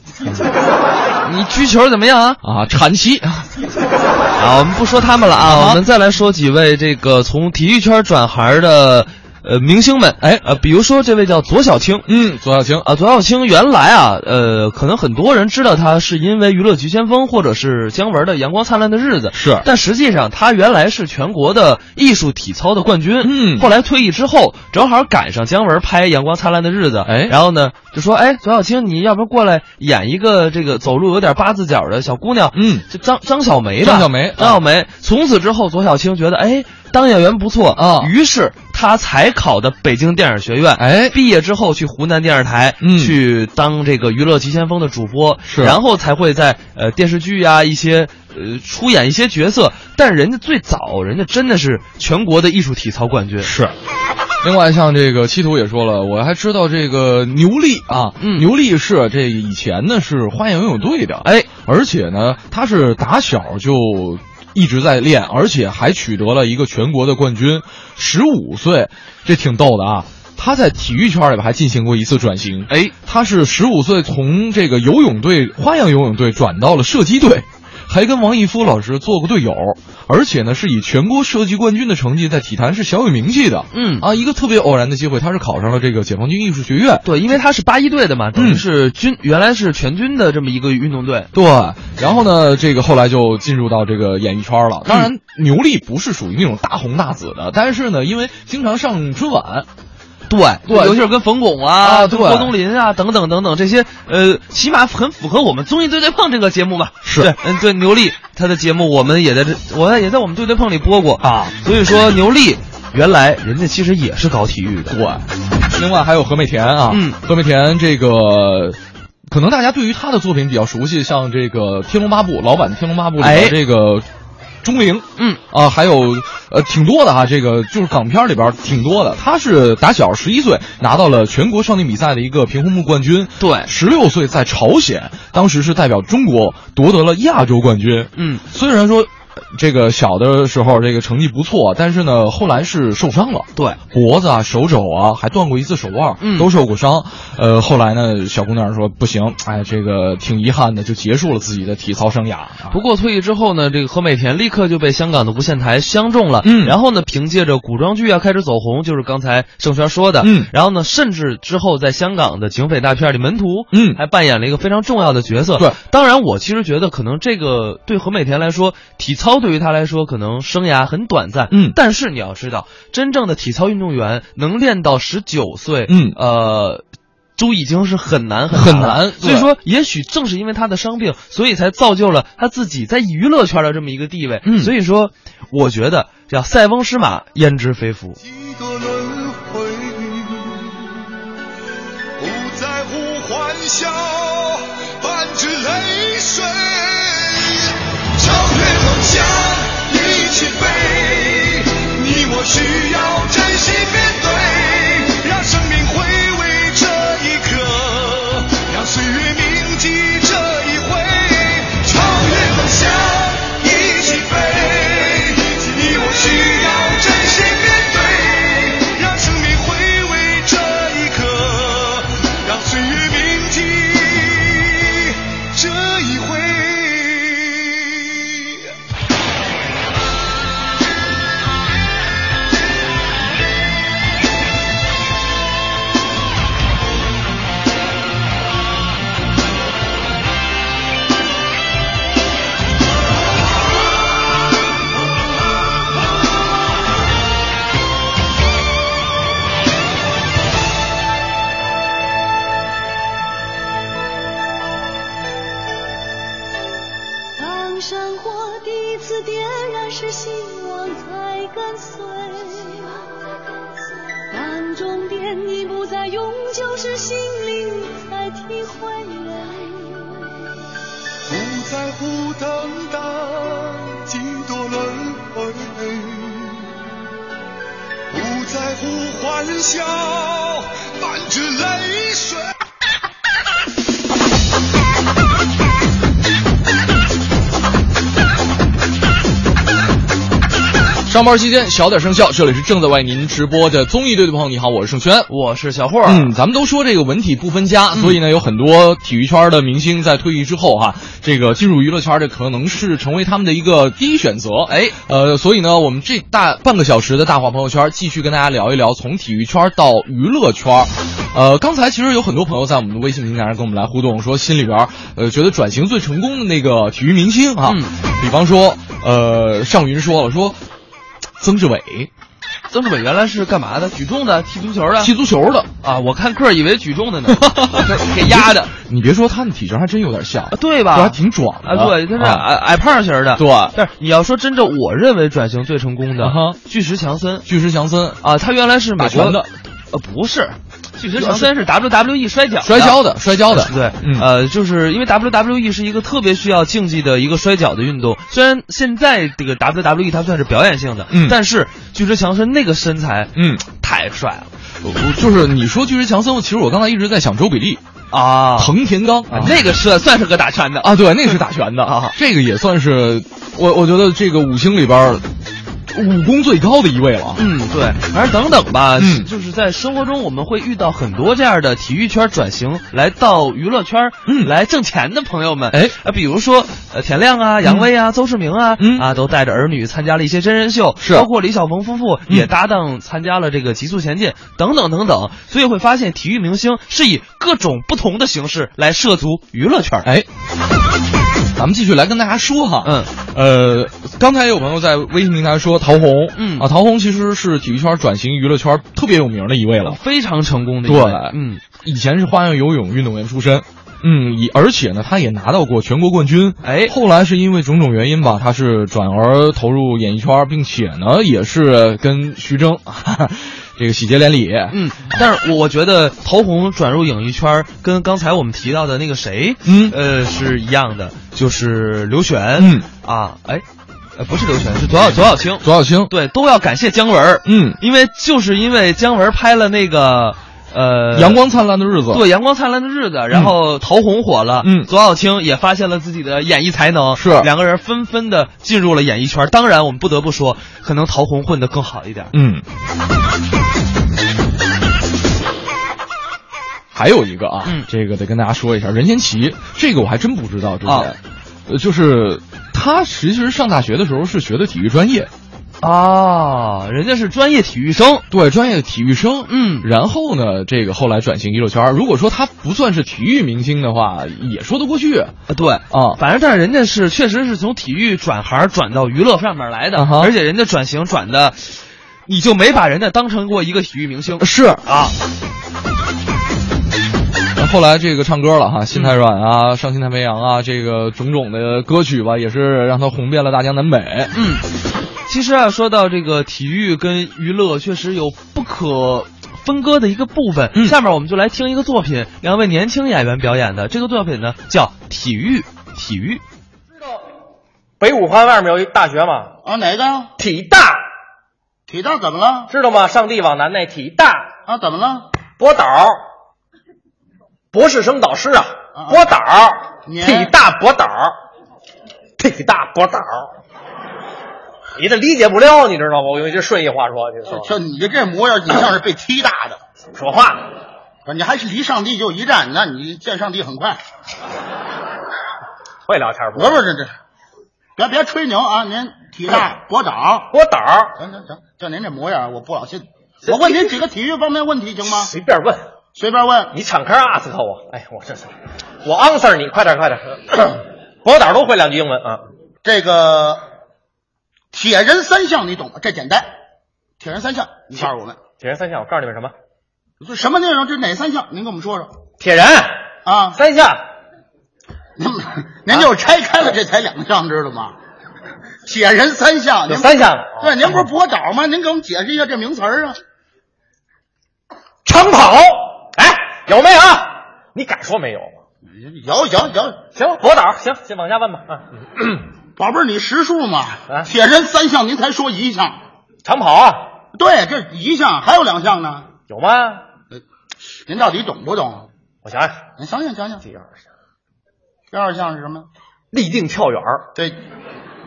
[SPEAKER 7] 你居球怎么样啊？
[SPEAKER 3] 啊，产 期。
[SPEAKER 7] 啊，我们不说他们了啊，我们再来说几位这个从体育圈转行的呃明星们。哎，呃，比如说这位叫左小青，
[SPEAKER 3] 嗯，左小青，
[SPEAKER 7] 啊，左小青原来啊，呃，可能很多人知道他是因为《娱乐急先锋》或者是姜文的《阳光灿烂的日子》，
[SPEAKER 3] 是
[SPEAKER 7] 但实际上他原来是全国的艺术体操的冠军，
[SPEAKER 3] 嗯
[SPEAKER 7] 后来退役之后，正好赶上姜文拍《阳光灿烂的日子》，
[SPEAKER 3] 哎
[SPEAKER 7] 然后呢就说，哎，左小青，你要不要过来演一个这个走路有点八字脚的小姑娘？
[SPEAKER 3] 嗯
[SPEAKER 7] 就张张小梅吧，
[SPEAKER 3] 张小梅嗯
[SPEAKER 7] 张小梅。从此之后，左小青觉得，哎，当演员不错
[SPEAKER 3] 啊
[SPEAKER 7] 于是他才考的北京电影学院，
[SPEAKER 3] 哎
[SPEAKER 7] 毕业之后去湖南电视台，
[SPEAKER 3] 嗯
[SPEAKER 7] 去当这个娱乐急先锋的主播，
[SPEAKER 3] 是
[SPEAKER 7] 然后才会在呃电视剧啊一些呃出演一些角色，但人家最早人家真的是全国的艺术体操冠军，
[SPEAKER 3] 是。 另外，像这个七图也说了，我还知道这个牛莉啊，
[SPEAKER 7] 嗯
[SPEAKER 3] 牛莉是这以前呢是花样游泳队的，
[SPEAKER 7] 哎，
[SPEAKER 3] 而且呢，她是打小就一直在练，而且还取得了一个全国的冠军，十五岁，这挺逗的啊。她在体育圈里边还进行过一次转型，
[SPEAKER 7] 哎，
[SPEAKER 3] 她是十五岁从这个游泳队花样游泳队转到了射击队。还跟王义夫老师做过队友，而且呢是以全国射击冠军的成绩在体坛是小有名气的。
[SPEAKER 7] 嗯
[SPEAKER 3] 啊，一个特别偶然的机会，他是考上了这个解放军艺术学院。
[SPEAKER 7] 对，因为他是八一队的嘛，等于
[SPEAKER 3] 嗯
[SPEAKER 7] 是军原来是全军的这么一个运动队，
[SPEAKER 3] 对，然后呢，这个后来就进入到这个演艺圈了。当然，牛莉不是属于那种大红大紫的，但是呢，因为经常上春晚，
[SPEAKER 7] 对
[SPEAKER 3] 对
[SPEAKER 7] 尤其是跟冯巩啊、
[SPEAKER 3] 啊
[SPEAKER 7] 跟
[SPEAKER 3] 对
[SPEAKER 7] 郭冬临啊等等等等这些，呃，起码很符合我们综艺对对碰这个节目吧。
[SPEAKER 3] 是
[SPEAKER 7] 对，嗯，对，牛莉她的节目我们也在这，我也在我们对对碰里播过
[SPEAKER 3] 啊。
[SPEAKER 7] 所以说牛莉原来人家其实也是搞体育的，
[SPEAKER 3] 对，另外还有何美田啊，
[SPEAKER 7] 嗯
[SPEAKER 3] 何美田这个。可能大家对于他的作品比较熟悉，像这个《天龙八部》老版《的《天龙八部》里
[SPEAKER 7] 哎
[SPEAKER 3] 边这个钟灵，
[SPEAKER 7] 嗯
[SPEAKER 3] 啊，还有呃挺多的哈、这个就是港片里边挺多的。他是打小十一岁拿到了全国少年比赛的一个平衡木冠军，
[SPEAKER 7] 对
[SPEAKER 3] 十六岁在朝鲜，当时是代表中国夺得了亚洲冠军，
[SPEAKER 7] 嗯，
[SPEAKER 3] 虽然说。呃这个小的时候，这个成绩不错，但是呢，后来是受伤了，
[SPEAKER 7] 对，
[SPEAKER 3] 脖子啊、手肘啊，还断过一次手腕，
[SPEAKER 7] 嗯
[SPEAKER 3] 都受过伤。呃，后来呢，小姑娘说不行，哎，这个挺遗憾的，就结束了自己的体操生涯。啊
[SPEAKER 7] 不过退役之后呢，这个何美田立刻就被香港的无线台相中了，
[SPEAKER 3] 嗯
[SPEAKER 7] 然后呢，凭借着古装剧啊开始走红，就是刚才盛轩说的，
[SPEAKER 3] 嗯
[SPEAKER 7] 然后呢，甚至之后在香港的警匪大片里门徒，
[SPEAKER 3] 嗯
[SPEAKER 7] 还扮演了一个非常重要的角色。
[SPEAKER 3] 对，
[SPEAKER 7] 当然我其实觉得可能这个对何美田来说，体操对于她来说可能生涯很短暂，
[SPEAKER 3] 嗯
[SPEAKER 7] 但是你要知道，真正的体操运动员能练到十九岁，
[SPEAKER 3] 嗯
[SPEAKER 7] 呃。都已经是很难
[SPEAKER 3] 很
[SPEAKER 7] 很难了
[SPEAKER 3] 难
[SPEAKER 7] 所以
[SPEAKER 3] 对
[SPEAKER 7] 说也许正是因为他的伤病，所以才造就了他自己在娱乐圈的这么一个地位。
[SPEAKER 3] 嗯
[SPEAKER 7] 所以说，我觉得叫塞翁失马，焉知非福。
[SPEAKER 8] 几个轮回，不在乎欢笑，半支泪水，超越梦想，一起飞，你我需要珍惜面对，让生命回味这一刻，让岁月铭记这一回，超越梦想，一起飞，你我需要珍惜面对，让生命回味这一刻，让岁月铭记这一回。
[SPEAKER 9] 当生活第一次点燃时，希望在跟随；当终点已不再永久时，心灵在体会。
[SPEAKER 8] 不在乎等待几多轮回，不在乎欢笑伴着泪水。
[SPEAKER 3] 上班期间小点声效，这里是正在为您直播的综艺对对碰。你好，我是盛轩，
[SPEAKER 7] 我是小霍儿。
[SPEAKER 3] 嗯，咱们都说这个文体不分
[SPEAKER 7] 嗯
[SPEAKER 3] 家，所以呢，有很多体育圈的明星在退役之后哈、这个进入娱乐圈，这可能是成为他们的一个第一选择。哎，呃，所以呢，我们这大半个小时的大话朋友圈，继续跟大家聊一聊从体育圈到娱乐圈。呃，刚才其实有很多朋友在我们的微信平台上跟我们来互动，说心里边儿呃觉得转型最成功的那个体育明星啊，
[SPEAKER 7] 嗯
[SPEAKER 3] 比方说呃尚云说了说曾志伟
[SPEAKER 7] 曾志伟原来是干嘛的？举重的，踢足球的，
[SPEAKER 3] 踢足球的。
[SPEAKER 7] 啊！我看个儿以为举重 的呢，
[SPEAKER 3] 啊
[SPEAKER 7] 给给压的，
[SPEAKER 3] 你别说他们体型还真有点像
[SPEAKER 7] 啊，对
[SPEAKER 3] 就还
[SPEAKER 7] 吧？
[SPEAKER 3] 挺壮的
[SPEAKER 7] 啊，对，他是
[SPEAKER 3] 啊
[SPEAKER 7] 矮矮胖型的。
[SPEAKER 3] 对
[SPEAKER 7] 但是你要说真正我认为转型最成功的
[SPEAKER 3] 啊哈，
[SPEAKER 7] 巨石强森
[SPEAKER 3] 巨石强森
[SPEAKER 7] 啊，他原来是美
[SPEAKER 3] 打拳
[SPEAKER 7] 国
[SPEAKER 3] 的，
[SPEAKER 7] 呃，不是，巨石强森是 WWE 摔跤
[SPEAKER 3] 摔跤的，摔跤的，
[SPEAKER 7] 对，
[SPEAKER 3] 嗯
[SPEAKER 7] 呃，就是因为 WWE 是一个特别需要竞技的一个摔跤的运动，虽然现在这个 WWE 它算是表演性的，
[SPEAKER 3] 嗯
[SPEAKER 7] 但是巨石强森那个身材，
[SPEAKER 3] 嗯，
[SPEAKER 7] 太帅了
[SPEAKER 3] 我我就是你说巨石强森，我其实我刚才一直在想周比利、
[SPEAKER 7] 啊
[SPEAKER 3] 藤田刚
[SPEAKER 7] 啊那个算算是个打拳的
[SPEAKER 3] 啊，对，那个是打拳的
[SPEAKER 7] 啊，
[SPEAKER 3] 这个也算是我我觉得这个五星里边儿武功最高的一位了。啊
[SPEAKER 7] 嗯，对，反正等等吧，
[SPEAKER 3] 嗯
[SPEAKER 7] 就是在生活中我们会遇到很多这样的体育圈转型来到娱乐圈，
[SPEAKER 3] 嗯
[SPEAKER 7] 来挣钱的朋友们，
[SPEAKER 3] 哎
[SPEAKER 7] 啊，比如说呃田亮啊、杨威啊、邹市明啊，
[SPEAKER 3] 嗯
[SPEAKER 7] 啊，都带着儿女参加了一些真人秀，
[SPEAKER 3] 是
[SPEAKER 7] 包括李小鹏夫妇
[SPEAKER 3] 嗯
[SPEAKER 7] 也搭档参加了这个《极速前进》等等等等，所以会发现体育明星是以各种不同的形式来涉足娱乐圈，
[SPEAKER 3] 哎，咱们继续来跟大家说哈，
[SPEAKER 7] 嗯，
[SPEAKER 3] 呃，刚才有朋友在微信平台说陶虹，
[SPEAKER 7] 嗯
[SPEAKER 3] 啊，陶虹其实是体育圈转型娱乐圈特别有名的一位了，
[SPEAKER 7] 非常成功的一
[SPEAKER 3] 对
[SPEAKER 7] 位，嗯，
[SPEAKER 3] 以前是花样游泳运动员出身。嗯，以而且呢，他也拿到过全国冠军。
[SPEAKER 7] 哎
[SPEAKER 3] 后来是因为种种原因吧，他是转而投入演艺圈，并且呢，也是跟徐峥， 哈哈这个喜结连理。
[SPEAKER 7] 嗯，但是我觉得陶虹转入演艺圈儿跟刚才我们提到的那个谁，
[SPEAKER 3] 嗯
[SPEAKER 7] 呃，是一样的，就是刘璇，
[SPEAKER 3] 嗯
[SPEAKER 7] 啊，哎，呃，不是刘璇，是左小左小青，
[SPEAKER 3] 左小青，
[SPEAKER 7] 对，都要感谢姜文儿，
[SPEAKER 3] 嗯，
[SPEAKER 7] 因为就是因为姜文儿拍了那个，呃，
[SPEAKER 3] 阳。光灿烂的日子，
[SPEAKER 7] 对，阳光灿烂的日子，然后陶虹火了，
[SPEAKER 3] 嗯
[SPEAKER 7] 左小青也发现了自己的演艺才能，
[SPEAKER 3] 是
[SPEAKER 7] 两个人纷纷的进入了演艺圈。当然，我们不得不说，可能陶虹混得更好一点。
[SPEAKER 3] 嗯。还有一个啊，
[SPEAKER 7] 嗯
[SPEAKER 3] 这个得跟大家说一下，任贤齐，这个我还真不知道之前，
[SPEAKER 7] 啊
[SPEAKER 3] 呃，就是他其实上大学的时候是学的体育专业，
[SPEAKER 7] 啊，人家是专业体育生，
[SPEAKER 3] 对，专业的体育生，
[SPEAKER 7] 嗯
[SPEAKER 3] 然后呢，这个后来转型娱乐圈儿，如果说他不算是体育明星的话，也说得过去啊。
[SPEAKER 7] 啊，对，反正但是人家是确实是从体育转行转到娱乐上面来的，
[SPEAKER 3] 啊哈
[SPEAKER 7] 而且人家转型转的，你就没把人家当成过一个体育明星
[SPEAKER 3] 是
[SPEAKER 7] 啊，
[SPEAKER 3] 那后来这个唱歌了哈，《心太软》啊，《伤心太平洋》啊，这个种种的歌曲吧，也是让他红遍了大江南北。
[SPEAKER 7] 嗯。其实啊，说到这个体育跟娱乐，确实有不可分割的一个部分。
[SPEAKER 3] 嗯
[SPEAKER 7] 下面我们就来听一个作品，两位年轻演员表演的。这个作品呢叫《体育》，体育。
[SPEAKER 5] 北五环外面有一大学嘛，
[SPEAKER 4] 啊，哪个？
[SPEAKER 5] 体大，
[SPEAKER 4] 体大怎么了？
[SPEAKER 5] 知道吗？上地往南那体大
[SPEAKER 4] 啊，怎么了？
[SPEAKER 5] 博导，博士生导师啊
[SPEAKER 4] 啊，
[SPEAKER 5] 博导，
[SPEAKER 4] 你
[SPEAKER 5] 体大博导，体大博导，你这理解不了，你知道吗？我用一句顺义话说，你知道吗？
[SPEAKER 4] 就你这模样，你像是被踢大的。
[SPEAKER 5] 说话，
[SPEAKER 4] 你还是离上帝就一站，那你见上帝很快。
[SPEAKER 5] 会聊天
[SPEAKER 4] 不
[SPEAKER 5] 不？
[SPEAKER 4] 是这这，别别吹牛啊！您体大博导，
[SPEAKER 5] 博导，
[SPEAKER 4] 行行行，就您这模样，我不老信。我问您几个体育方面问题行吗？
[SPEAKER 5] 随便问，
[SPEAKER 4] 随便问。
[SPEAKER 5] 你敞开 ask 我，哎，我这是，我 answer 你，快点 快点，博导都会两句英文啊，
[SPEAKER 4] 这个铁人三项你懂吗？这简单。铁人三项，你告诉我们，
[SPEAKER 5] 铁人三项，我告诉你们什么？
[SPEAKER 4] 这什么内容？这哪三项？您给我们说说
[SPEAKER 5] 铁人
[SPEAKER 4] 啊！
[SPEAKER 5] 三项。
[SPEAKER 4] 您 您就拆开了，这才两项，知道吗？铁人三项，您
[SPEAKER 5] 有三项了啊
[SPEAKER 4] 对，您不是博导吗？您给我们解释一下这名词儿啊！
[SPEAKER 5] 长跑，哎，有没有？你敢说没有吗？
[SPEAKER 4] 有有有，
[SPEAKER 5] 行，博导，行，先往下问吧。啊，
[SPEAKER 4] 宝贝儿，你识数吗？
[SPEAKER 5] 啊
[SPEAKER 4] 铁人三项，您才说一项，
[SPEAKER 5] 长跑啊，
[SPEAKER 4] 对，这一项还有两项呢。呃
[SPEAKER 5] 有吗？
[SPEAKER 4] 您到底懂不懂？
[SPEAKER 5] 我想想，
[SPEAKER 4] 您想想想想，
[SPEAKER 5] 第二项，
[SPEAKER 4] 第二项是什么？
[SPEAKER 5] 立定跳远，
[SPEAKER 4] 对，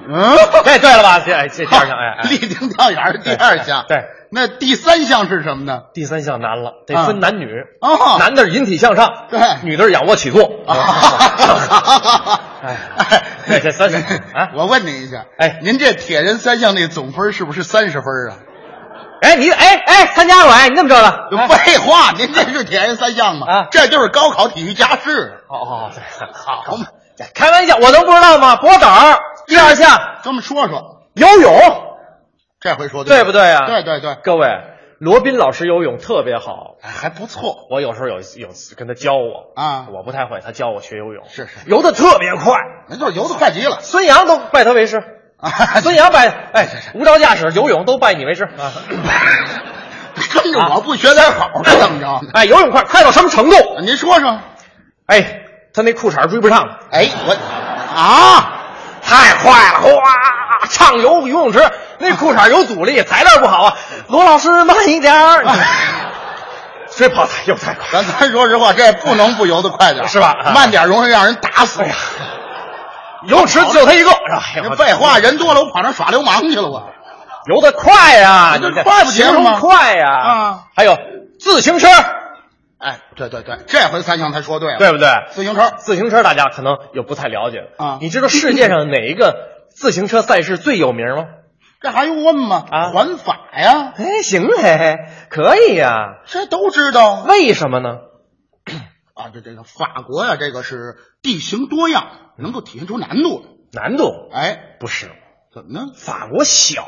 [SPEAKER 8] 嗯，
[SPEAKER 7] 哎，对了吧？这这第二项，哎，哎
[SPEAKER 8] 立定跳远是第二项，
[SPEAKER 7] 对对
[SPEAKER 8] 那第三项是什么呢？
[SPEAKER 7] 第三项难了，得分
[SPEAKER 8] 啊
[SPEAKER 7] 男女。
[SPEAKER 8] 哦
[SPEAKER 7] 男的是引体向上，
[SPEAKER 8] 对
[SPEAKER 7] 女的是仰卧起坐。
[SPEAKER 8] 哎
[SPEAKER 7] 哎这三啊
[SPEAKER 8] 我问您一下，
[SPEAKER 7] 哎
[SPEAKER 8] 您这铁人三项那总分是不是三十分啊？
[SPEAKER 7] 哎，你哎哎，参加过哎，你怎么知道的？
[SPEAKER 8] 废话，您这是铁人三项吗？
[SPEAKER 7] 啊
[SPEAKER 8] 这就是高考体育加试。
[SPEAKER 7] 好好好
[SPEAKER 8] 好嘛，
[SPEAKER 7] 哎开玩笑，我能不知道吗？博导，第二项
[SPEAKER 8] 跟我们说说，
[SPEAKER 7] 游泳，
[SPEAKER 8] 这回说
[SPEAKER 7] 对
[SPEAKER 8] 不
[SPEAKER 7] 不对啊？
[SPEAKER 8] 对对对，
[SPEAKER 7] 各位，罗宾老师游泳特别好，
[SPEAKER 8] 哎还不错。
[SPEAKER 7] 我有时候有有跟他教我
[SPEAKER 8] 啊
[SPEAKER 7] 我不太会，他教我学游泳，
[SPEAKER 8] 是是
[SPEAKER 7] 游的特别快，
[SPEAKER 8] 那就是游的快极了。
[SPEAKER 7] 孙杨都拜他为师。
[SPEAKER 8] 啊
[SPEAKER 7] 孙杨 拜哎，无照驾驶、游泳都拜你为师 啊！
[SPEAKER 8] 跟着我不学点好是怎么着？
[SPEAKER 7] 哎，游泳快，快到什么程度？
[SPEAKER 8] 您说说。
[SPEAKER 7] 哎，他那裤衩追不上了，
[SPEAKER 8] 哎，我啊，
[SPEAKER 7] 太快了！哗，畅游游泳池，那裤衩有阻力，材料不好啊。罗老师慢一点儿，这跑太又太快了。
[SPEAKER 8] 哎咱咱说实话，这不能不游的快点儿，
[SPEAKER 7] 是吧
[SPEAKER 8] 慢点儿容易让人打死。
[SPEAKER 7] 游泳池只有他一个，是吧？哎
[SPEAKER 8] 这
[SPEAKER 7] 呦
[SPEAKER 8] 废话，人多了，我跑那儿耍流氓去了，我。
[SPEAKER 7] 游得快呀，
[SPEAKER 8] 这
[SPEAKER 7] 你这
[SPEAKER 8] 快不行
[SPEAKER 7] 形容
[SPEAKER 8] 吗
[SPEAKER 7] 快呀！
[SPEAKER 8] 啊，
[SPEAKER 7] 还有自行车，
[SPEAKER 8] 哎，对对对，这回三项他说对了。
[SPEAKER 7] 对，不对？
[SPEAKER 8] 自行车
[SPEAKER 7] 自行车大家可能有不太了解的
[SPEAKER 8] 啊
[SPEAKER 7] 你知道世界上哪一个自行车赛事最有名 吗？
[SPEAKER 8] 这还用问吗？
[SPEAKER 7] 啊
[SPEAKER 8] 环法呀，
[SPEAKER 7] 哎，行嘿嘿，可以呀、
[SPEAKER 8] 这都知道
[SPEAKER 7] 为什么呢？
[SPEAKER 8] 啊。这这个法国呀，这个是地形多样，能够体现出难度来。
[SPEAKER 7] 难度
[SPEAKER 8] 哎，
[SPEAKER 7] 不是，
[SPEAKER 8] 怎么呢？
[SPEAKER 7] 法国小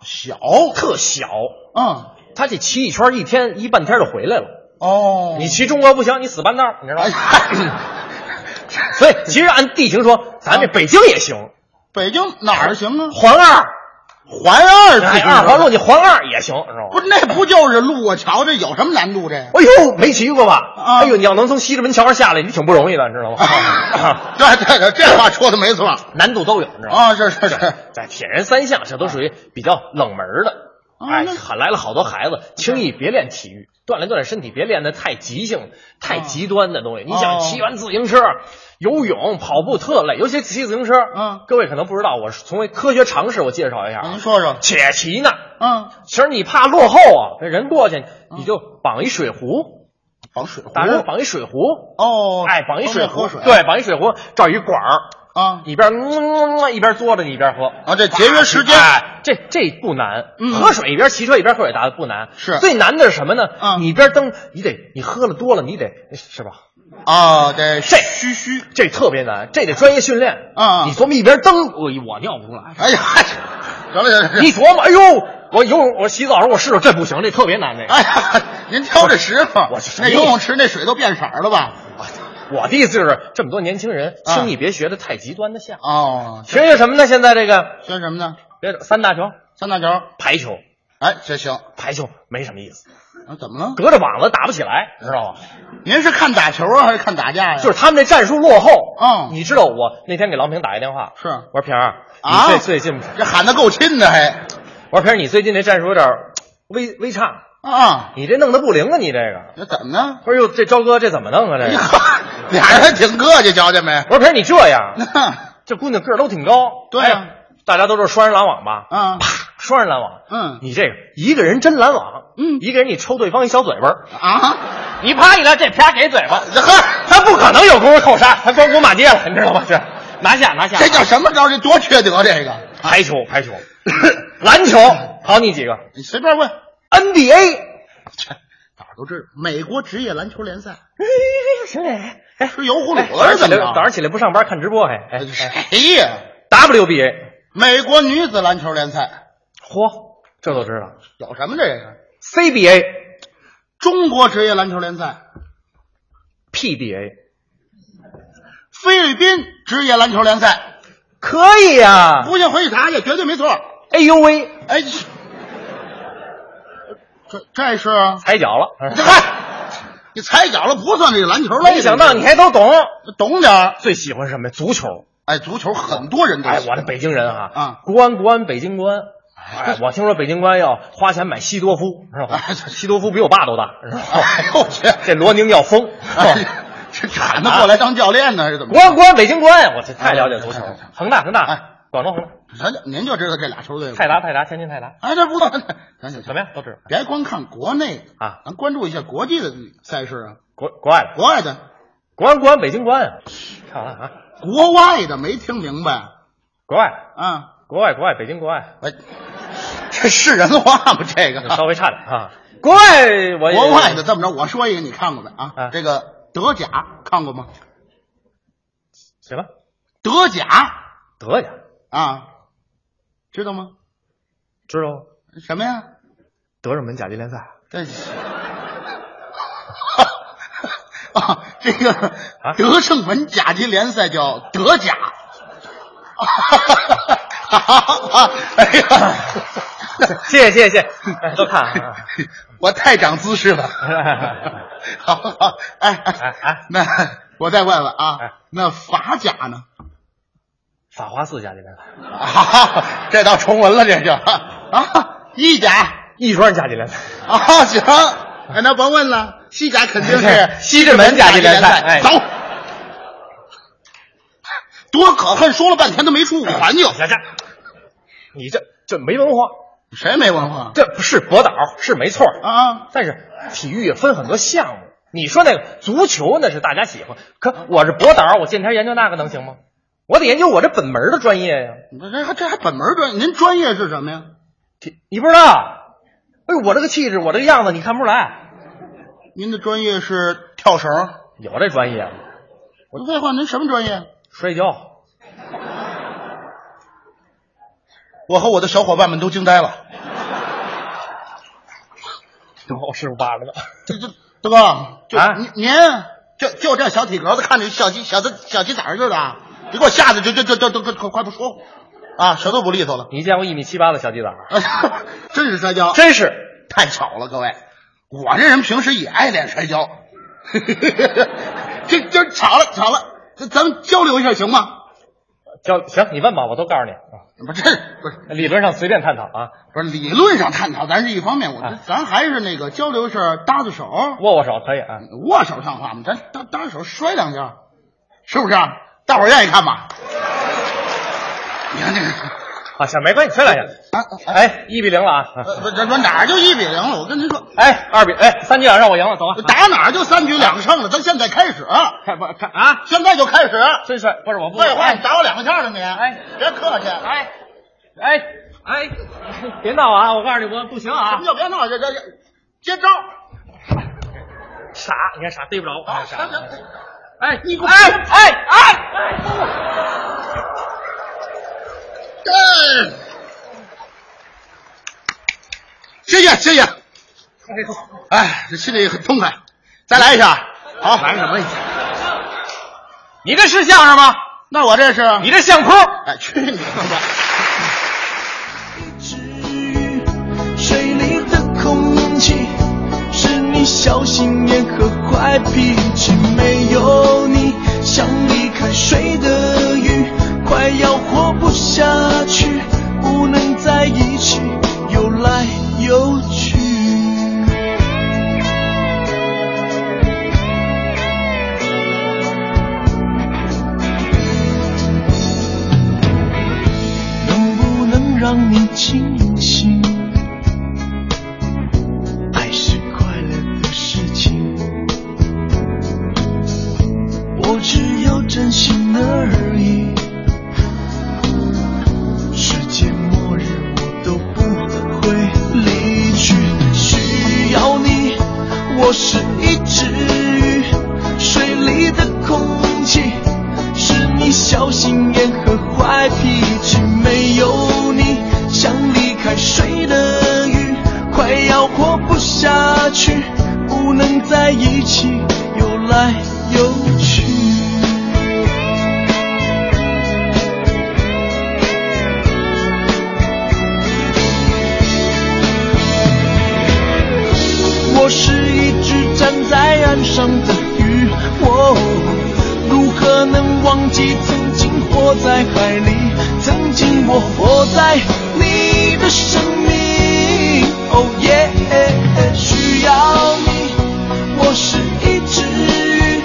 [SPEAKER 8] 小，
[SPEAKER 7] 特小，
[SPEAKER 8] 嗯，
[SPEAKER 7] 他这骑一圈一天一半天就回来了。
[SPEAKER 8] 哦，
[SPEAKER 7] 你骑中国不行，你死半道儿，你知道
[SPEAKER 8] 哎
[SPEAKER 7] 吗？
[SPEAKER 8] 呀，
[SPEAKER 7] 所以其实按地形说，咱
[SPEAKER 8] 啊
[SPEAKER 7] 这北京也行，
[SPEAKER 8] 北京哪儿行啊？
[SPEAKER 7] 环二，
[SPEAKER 8] 环二
[SPEAKER 7] 哎，
[SPEAKER 8] 自行车
[SPEAKER 7] 二环路你环二也行，知道
[SPEAKER 8] 不
[SPEAKER 7] 吗？
[SPEAKER 8] 是，那不就是路过桥？这有什么难度？这
[SPEAKER 7] 哎呦，没骑过吧？
[SPEAKER 8] 啊啊
[SPEAKER 7] 哎呦，你要能从西直门桥上下来，你挺不容易的，你知道吗？ 啊
[SPEAKER 8] 对对对，这话说的没错
[SPEAKER 7] 难度都有，你知道吗？
[SPEAKER 8] 啊！是是是，
[SPEAKER 7] 在铁人三项，这都属于比较冷门的。
[SPEAKER 8] 啊
[SPEAKER 7] 哎，
[SPEAKER 8] 那
[SPEAKER 7] 喊来了好多孩子，轻易别练体育，锻炼锻炼身体，别练的太急性、太极端的东西。你想
[SPEAKER 8] 哦
[SPEAKER 7] 骑完自行车、游泳、跑步特累，尤其骑自行车。
[SPEAKER 8] 嗯
[SPEAKER 7] 各位可能不知道，我是从为科学常识我介绍一下啊。
[SPEAKER 8] 您说说，
[SPEAKER 7] 且骑呢，
[SPEAKER 8] 嗯，
[SPEAKER 7] 其实你怕落后啊，这人过去你就绑一水壶，
[SPEAKER 8] 绑水壶，
[SPEAKER 7] 打人绑一水壶，
[SPEAKER 8] 哦，
[SPEAKER 7] 哎，绑一水壶，
[SPEAKER 8] 喝水，
[SPEAKER 7] 对，绑一水壶，照一管儿，
[SPEAKER 8] 啊
[SPEAKER 7] 一边嗯一边嘬着你一边喝。
[SPEAKER 8] 啊，这节约时间，
[SPEAKER 7] 哎，这这不难，
[SPEAKER 8] 嗯
[SPEAKER 7] 喝水一边骑车一边喝水打的不难，
[SPEAKER 8] 是
[SPEAKER 7] 最难的是什么呢？
[SPEAKER 8] 嗯
[SPEAKER 7] 你一边蹬，你得你喝了多了，你得是吧？
[SPEAKER 8] 啊，得
[SPEAKER 7] 这
[SPEAKER 8] 嘘嘘，
[SPEAKER 7] 这特别难，这得专业训练
[SPEAKER 8] 啊
[SPEAKER 7] 你琢磨一边蹬，我我尿不出来，
[SPEAKER 8] 哎呀， 得了得了，
[SPEAKER 7] 一琢磨，哎呦，我游泳，我洗澡时候我试试，这不行，这特别难，这个。
[SPEAKER 8] 哎呀，您挑这时候
[SPEAKER 7] 我是，
[SPEAKER 8] 那游泳池那水都变色儿了吧？
[SPEAKER 7] 我的意思就是，这么多年轻人，
[SPEAKER 8] 啊
[SPEAKER 7] 轻易别学的太极端的项。
[SPEAKER 8] 哦，
[SPEAKER 7] 学学什么呢？现在这个
[SPEAKER 8] 学什么呢？
[SPEAKER 7] 别三大球，
[SPEAKER 8] 三大球，
[SPEAKER 7] 排球，
[SPEAKER 8] 哎，这行，
[SPEAKER 7] 排球没什么意思，
[SPEAKER 8] 啊怎么了？哎
[SPEAKER 7] 隔着网子打不起来，知道吗？
[SPEAKER 8] 您是看打球啊，还是看打架呀？
[SPEAKER 7] 就是他们这战术落后。
[SPEAKER 8] 嗯
[SPEAKER 7] 你知道我那天给郎平打一电话，
[SPEAKER 8] 是
[SPEAKER 7] 我说平儿，
[SPEAKER 8] 啊
[SPEAKER 7] 你最最近，
[SPEAKER 8] 这喊的够亲的，还
[SPEAKER 7] 我说平儿，你最近这战术有点儿微微差，
[SPEAKER 8] 啊，
[SPEAKER 7] 你这弄得不灵啊，你这个。
[SPEAKER 8] 这怎么呢？
[SPEAKER 7] 我说哟，这朝哥这怎么弄啊？这
[SPEAKER 8] 哎
[SPEAKER 7] 个。
[SPEAKER 8] 呀， 俩人挺客气，瞧见没？ 啊
[SPEAKER 7] 我说平儿，你这样，这姑娘个儿都挺高。
[SPEAKER 8] 对啊
[SPEAKER 7] 哎大家都知道双人拦网吧？
[SPEAKER 8] 啊
[SPEAKER 7] 啪，双人拦网。
[SPEAKER 8] 嗯
[SPEAKER 7] 你这个一个人真拦网，
[SPEAKER 8] 嗯
[SPEAKER 7] 一个人你抽对方一小嘴巴儿，
[SPEAKER 8] 啊，
[SPEAKER 7] 你啪一来，这啪给嘴巴，
[SPEAKER 8] 这呵，
[SPEAKER 7] 他不可能有功夫扣杀，他光顾马街了，你知道吗？这拿下拿下，
[SPEAKER 8] 这叫什么招？这多缺德！这个，
[SPEAKER 7] 排球，排球， 篮球，考你几个哎
[SPEAKER 8] 你随便问，
[SPEAKER 7] NBA？
[SPEAKER 8] 哪儿都知道。美国职业篮球联赛，
[SPEAKER 7] 行哎，哎
[SPEAKER 8] 吃油葫芦
[SPEAKER 7] 早上
[SPEAKER 8] 了
[SPEAKER 7] 起
[SPEAKER 8] 怎么
[SPEAKER 7] 来
[SPEAKER 8] 着？
[SPEAKER 7] 早上起来不上班看直播还哎哎
[SPEAKER 8] 谁呀？
[SPEAKER 7] WBA，
[SPEAKER 8] 美国女子篮球联赛
[SPEAKER 7] 嚯，这都知道
[SPEAKER 8] 有什么？这个
[SPEAKER 7] ，CBA、
[SPEAKER 8] 中国职业篮球联赛，
[SPEAKER 7] PBA
[SPEAKER 8] 菲律宾职业篮球联赛，
[SPEAKER 7] 可以呀、
[SPEAKER 8] 不信回去查去，绝对没错。
[SPEAKER 7] 哎呦喂，
[SPEAKER 8] 哎，这这是
[SPEAKER 7] 踩脚了，
[SPEAKER 8] 这嗨，你踩脚了不算这篮球类的。
[SPEAKER 7] 没想到你还都懂。
[SPEAKER 8] 懂点儿。
[SPEAKER 7] 最喜欢什么呀？足球。
[SPEAKER 8] 哎，足球很多人都
[SPEAKER 7] 哎，
[SPEAKER 8] 喜
[SPEAKER 7] 我
[SPEAKER 8] 欢
[SPEAKER 7] 这北京人哈，
[SPEAKER 8] 啊
[SPEAKER 7] 国安国安北京国安，哎，我听说北京国安要花钱买西多夫，知道吧？
[SPEAKER 8] 哎
[SPEAKER 7] 西多夫比我爸都大，知道
[SPEAKER 8] 哎
[SPEAKER 7] 吧？
[SPEAKER 8] 呦我去，
[SPEAKER 7] 这罗宁要疯，
[SPEAKER 8] 哎这喊他过来当教练呢，是怎么
[SPEAKER 7] 国
[SPEAKER 8] 着？
[SPEAKER 7] 安国安北京国安，我这太了解足球了。恒大恒大，
[SPEAKER 8] 哎
[SPEAKER 7] 广州恒大。
[SPEAKER 8] 咱就您就知道这俩球队，
[SPEAKER 7] 泰达，泰达，天津泰达。
[SPEAKER 8] 哎，这不错，咱就
[SPEAKER 7] 怎么样都知道。
[SPEAKER 8] 别光看国内的
[SPEAKER 7] 啊，
[SPEAKER 8] 咱关注一下国际的赛事啊，
[SPEAKER 7] 国国外的，
[SPEAKER 8] 国外的，
[SPEAKER 7] 国安国安北京国安啊，看完了啊，
[SPEAKER 8] 国外的没听明白
[SPEAKER 7] 国外
[SPEAKER 8] 啊？
[SPEAKER 7] 国外国外北京国外，
[SPEAKER 8] 哎，这是人话吗？这
[SPEAKER 7] 就
[SPEAKER 8] 个
[SPEAKER 7] 稍微差点 啊。国外我也
[SPEAKER 8] 国外的这么着，我说一个你看过的啊，
[SPEAKER 7] 啊
[SPEAKER 8] 这个德甲看过吗？
[SPEAKER 7] 什么
[SPEAKER 8] 德甲
[SPEAKER 7] 德甲
[SPEAKER 8] 啊，知道吗？
[SPEAKER 7] 知道吗？
[SPEAKER 8] 什么呀？
[SPEAKER 7] 德胜门甲级联赛
[SPEAKER 8] 这 啊，这个
[SPEAKER 7] 啊
[SPEAKER 8] 德胜门甲级联赛叫德甲。 哎呀，
[SPEAKER 7] 谢谢谢谢，哎都看啊，
[SPEAKER 8] 我太长姿 势了。好好，哎
[SPEAKER 7] 哎哎
[SPEAKER 8] 那我再问问啊
[SPEAKER 7] 哎，
[SPEAKER 8] 那法甲 呢？
[SPEAKER 7] 法华寺甲级联赛，
[SPEAKER 8] 啊，这倒重文了，这就啊，意甲
[SPEAKER 7] 亦庄甲级联赛，
[SPEAKER 8] 啊，行，哎，那甭问了，西甲肯定是
[SPEAKER 7] 西直门甲级联赛哎
[SPEAKER 8] 走。多可恨！说了半天都没出五环就，
[SPEAKER 7] 这这，你这这没文化，
[SPEAKER 8] 谁没文化
[SPEAKER 7] 这不是博导是没错儿
[SPEAKER 8] 啊？
[SPEAKER 7] 但是体育也分很多项目。你说那个足球那是大家喜欢，可我是博导，我见天研究那个能行吗？我得研究我这本门儿的专业呀、
[SPEAKER 8] 这这还这还本门专业，您专业是什么呀？
[SPEAKER 7] 你你不知道？哎，我这个气质，我这个样子，你看不出来。
[SPEAKER 8] 您的专业是跳绳？
[SPEAKER 7] 有这专业吗，
[SPEAKER 8] 我废话，您什么专业？
[SPEAKER 7] 摔跤。
[SPEAKER 8] 我和我的小伙伴们都惊呆了。
[SPEAKER 7] 我师傅扒了呢。
[SPEAKER 8] 这这大哥，就、
[SPEAKER 7] 啊
[SPEAKER 8] 您您就就这小体格子，看着小鸡小鸡小鸡崽儿似的啊，你给我吓得就就就就就快快快不说啊，舌头不利索了。
[SPEAKER 7] 你见过一米七八的小鸡崽儿？
[SPEAKER 8] 哎呀 真是摔跤，
[SPEAKER 7] 真是
[SPEAKER 8] 太巧了，各位，我这人平时也爱练摔跤， 这这巧了巧了，咱咱们交流一下行吗？
[SPEAKER 7] 叫行，你问吧，我都告诉你啊。
[SPEAKER 8] 不是，这不是
[SPEAKER 7] 理论上随便探讨啊，
[SPEAKER 8] 不是理论上探讨，咱是一方面，我、
[SPEAKER 7] 啊
[SPEAKER 8] 咱还是那个交流一下搭子手，
[SPEAKER 7] 握握手可以啊。
[SPEAKER 8] 握手像话吗？咱搭搭着手摔两下，是不是、啊？大伙儿愿意看吧？你看这个，
[SPEAKER 7] 啊，行，没关系，摔两下。
[SPEAKER 8] 啊，
[SPEAKER 7] 哎，一比零了啊。
[SPEAKER 8] 呃，不这这哪儿就一比零了？我跟您说，
[SPEAKER 7] 哎，二比哎，三局两胜我赢了，走啊。
[SPEAKER 8] 打哪儿就三局两胜了。咱现在开始，
[SPEAKER 7] 看不看啊？
[SPEAKER 8] 现在就开始。
[SPEAKER 7] 真帅，不是我不
[SPEAKER 8] 废话，
[SPEAKER 7] 哎
[SPEAKER 8] 你打我两下了你？
[SPEAKER 7] 哎，
[SPEAKER 8] 别客气。啊
[SPEAKER 7] 哎哎哎，别闹啊！我告诉你，我不行
[SPEAKER 8] 什
[SPEAKER 7] 啊
[SPEAKER 8] 么。叫别闹？这这这，接招！
[SPEAKER 7] 傻，你看傻，逮不着我。
[SPEAKER 8] 啊，
[SPEAKER 7] 傻
[SPEAKER 8] 行行，
[SPEAKER 7] 哎，你哎哎哎哎！
[SPEAKER 8] 这，谢谢谢谢。哎，这心里很痛快。再来一下，好，来什么？
[SPEAKER 7] 你这是相声吗？
[SPEAKER 8] 那我这是
[SPEAKER 7] 你这相扑？
[SPEAKER 8] 哎，去你的吧！
[SPEAKER 10] 水里的空气，是你小心眼和坏脾气。没有你，像离开水的鱼，快要活不下去，不能在一起，游来游去。能不能让你清醒？爱是快乐的事情，我只有真心而已。世界末日我都不会离去，需要你，我是一只鱼，水里的空气，是你小心眼和坏脾气，没有你，像离开水的鱼，快要活不下去，不能在一起，游来游去。我是一只站在岸上的鱼，哦，如何能忘记曾经活在海里？曾经我活在你的生命，哦耶！需要你，我是一只鱼，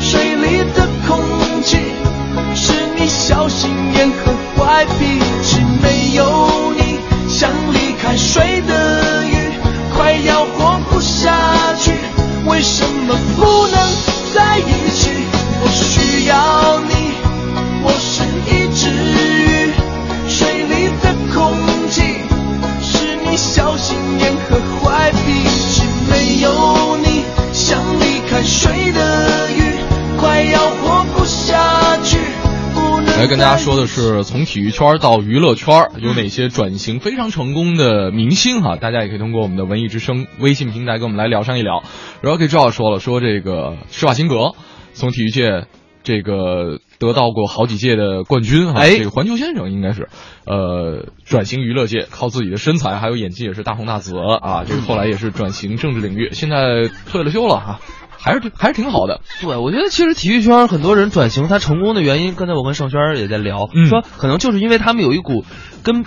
[SPEAKER 10] 水里的空气，是你小心眼和坏脾
[SPEAKER 3] 来跟大家说的是，从体育圈到娱乐圈有哪些转型非常成功的明星哈？大家也可以通过我们的文艺之声微信平台跟我们来聊上一聊。然后给赵说了，说这个施瓦辛格从体育界这个得到过好几届的冠军哈，
[SPEAKER 7] 哎
[SPEAKER 3] 这个环球先生应该是，呃，转型娱乐界，靠自己的身材还有演技也是大红大紫啊。这个后来也是转型政治领域，现在退了休了哈、还是还是挺好的。
[SPEAKER 7] 对，我觉得其实体育圈很多人转型，他成功的原因，刚才我跟盛轩也在聊，
[SPEAKER 3] 嗯
[SPEAKER 7] 说可能就是因为他们有一股跟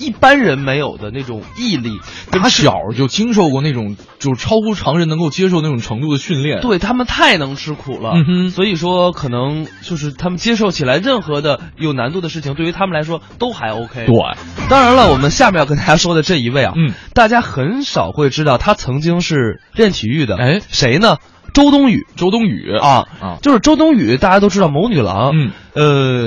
[SPEAKER 7] 一一般人没有的那种毅力，
[SPEAKER 3] 打小就经受过那种就是超乎常人能够接受那种程度的训练。
[SPEAKER 7] 对他们太能吃苦了，
[SPEAKER 3] 嗯哼
[SPEAKER 7] 所以说可能就是他们接受起来任何的有难度的事情，对于他们来说都还 OK。
[SPEAKER 3] 对，
[SPEAKER 7] 当然了，我们下面要跟大家说的这一位啊，
[SPEAKER 3] 嗯，
[SPEAKER 7] 大家很少会知道他曾经是练体育的，
[SPEAKER 3] 哎，
[SPEAKER 7] 谁呢？周冬雨，
[SPEAKER 3] 周冬雨
[SPEAKER 7] 啊，
[SPEAKER 3] 啊，
[SPEAKER 7] 就是周冬雨，大家都知道谋女郎，
[SPEAKER 3] 嗯，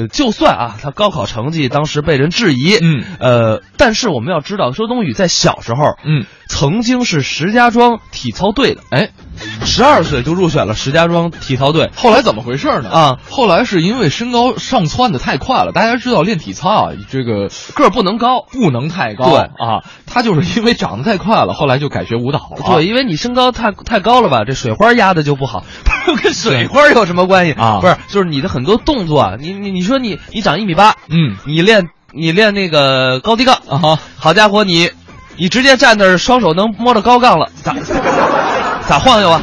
[SPEAKER 7] 呃，就算啊，她高考成绩当时被人质疑，
[SPEAKER 3] 嗯，
[SPEAKER 7] 呃，但是我们要知道，周冬雨在小时候，
[SPEAKER 3] 嗯，
[SPEAKER 7] 曾经是石家庄体操队的，
[SPEAKER 3] 哎，
[SPEAKER 7] 十二岁就入选了石家庄体操队，
[SPEAKER 3] 后来怎么回事呢？
[SPEAKER 7] 啊，
[SPEAKER 3] 后来是因为身高上窜的太快了，大家知道练体操啊，这个
[SPEAKER 7] 个儿不能高，
[SPEAKER 3] 不能太高，
[SPEAKER 7] 对
[SPEAKER 3] 啊，他就是因为长得太快了，后来就改学舞蹈了，
[SPEAKER 7] 对，，因为你身高太太高了吧，这水花压的就不好， 跟水花有什么关系
[SPEAKER 3] 啊
[SPEAKER 7] 不是，就是你的很多动作啊，你你你说你你长一米八，
[SPEAKER 3] 嗯
[SPEAKER 7] 你练你练那个高低杠
[SPEAKER 3] 啊哈，
[SPEAKER 7] 好家伙，你你直接站那儿，双手能摸着高杠了， 咋咋晃悠啊？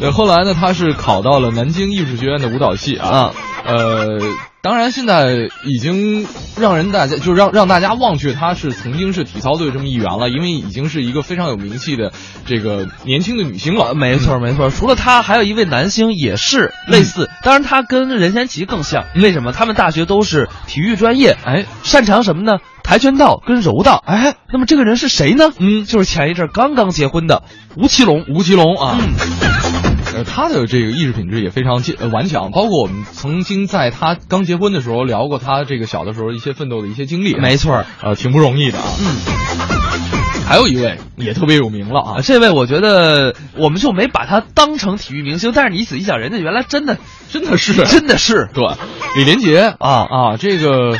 [SPEAKER 3] 对，后来呢，他是考到了南京艺术学院的舞蹈系啊，呃，当然现在已经让人大家就让让大家忘却他是曾经是体操队这么一员了，因为已经是一个非常有名气的这个年轻的女星了，
[SPEAKER 7] 呃没错没错，除了他，还有一位男星也是
[SPEAKER 3] 嗯
[SPEAKER 7] 类似，当然他跟任贤齐更像。为什么？他们大学都是体育专业，
[SPEAKER 3] 哎，
[SPEAKER 7] 擅长什么呢？跆拳道跟柔道。哎，那么这个人是谁呢？
[SPEAKER 3] 嗯
[SPEAKER 7] 就是前一阵刚刚结婚的吴奇隆。嗯
[SPEAKER 3] 吴奇隆啊。呃，他的这个意识品质也非常坚呃顽强，包括我们曾经在他刚结婚的时候聊过他这个小的时候一些奋斗的一些经历，
[SPEAKER 7] 没错儿，
[SPEAKER 3] 呃，挺不容易的啊。嗯，还有一位也特别有名了啊
[SPEAKER 7] 啊，，这位我觉得我们就没把他当成体育明星，但是你仔细想，人家原来真的
[SPEAKER 3] 真的是
[SPEAKER 7] 真的是
[SPEAKER 3] 对，李连杰
[SPEAKER 7] 啊
[SPEAKER 3] 啊，这个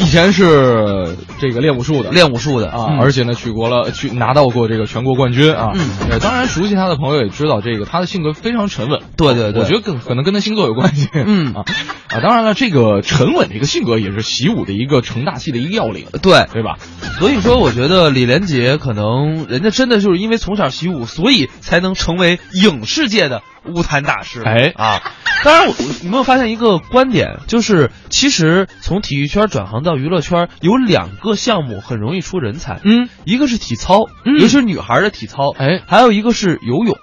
[SPEAKER 3] 以前是这个练武术的，
[SPEAKER 7] 练武术的
[SPEAKER 3] 啊，
[SPEAKER 7] 嗯
[SPEAKER 3] 而且呢，取国了，去拿到过这个全国冠军啊。
[SPEAKER 7] 嗯
[SPEAKER 3] 呃，当然熟悉他的朋友也知道，这个他的性格非常沉稳。
[SPEAKER 7] 对对对
[SPEAKER 3] 我觉得跟可能跟他星座有关系。
[SPEAKER 7] 嗯
[SPEAKER 3] 啊啊，当然了，这个沉稳这个性格也是习武的一个成大器的一个要领，
[SPEAKER 7] 对，
[SPEAKER 3] 对吧？
[SPEAKER 7] 所以说，我觉得李连杰可能人家真的就是因为从小习武，所以才能成为影视界的武坛大师。
[SPEAKER 3] 哎
[SPEAKER 7] 啊，当然我，你有没有发现一个观点，就是其实从体育圈转行到娱乐圈，有两个项目很容易出人才，
[SPEAKER 3] 嗯，
[SPEAKER 7] 一个是体操，
[SPEAKER 3] 嗯
[SPEAKER 7] 尤其是女孩的体操，
[SPEAKER 3] 哎
[SPEAKER 7] 还有一个是游泳，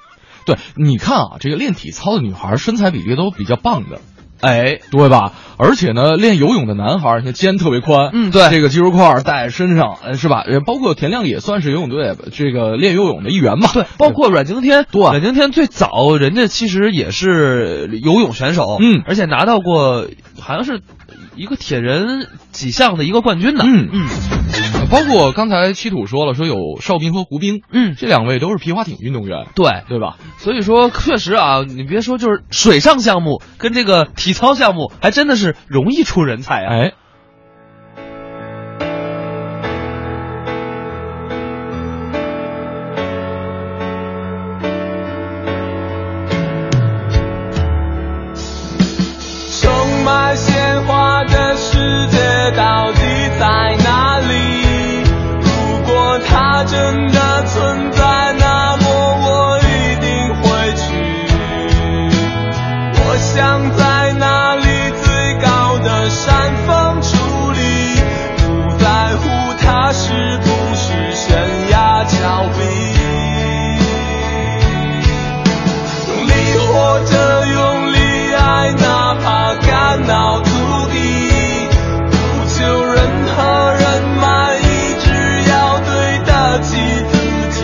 [SPEAKER 3] 对，你看啊，这个练体操的女孩身材比例都比较棒的。
[SPEAKER 7] 哎，
[SPEAKER 3] 对吧？而且呢，练游泳的男孩儿，你看肩特别宽，
[SPEAKER 7] 嗯对
[SPEAKER 3] 这个肌肉块儿带身上，呃是吧？呃包括田亮也算是游泳队这个练游泳的一员吧。
[SPEAKER 7] 对，包括阮经天，
[SPEAKER 3] 对
[SPEAKER 7] 阮经天最早人家其实也是游泳选手，
[SPEAKER 3] 嗯
[SPEAKER 7] 而且拿到过好像是一个铁人几项的一个冠军呢，
[SPEAKER 3] 嗯
[SPEAKER 7] 嗯
[SPEAKER 3] 呃包括刚才七土说了，说有邵兵和胡兵，
[SPEAKER 7] 嗯
[SPEAKER 3] 这两位都是皮划艇运动员，
[SPEAKER 7] 对，
[SPEAKER 3] 对吧？
[SPEAKER 7] 所以说确实啊，你别说就是水上项目跟这个体操项目，还真的是容易出人才啊。
[SPEAKER 3] 哎，
[SPEAKER 10] 充满鲜花的世界到底在哪里？如果它真的存在，那么我一定会去。我想在那里最高的山峰矗立，不在乎它是不是悬崖峭壁。用力活着，用力爱，哪怕肝脑涂地，不求任何人满意，只要对得起自己。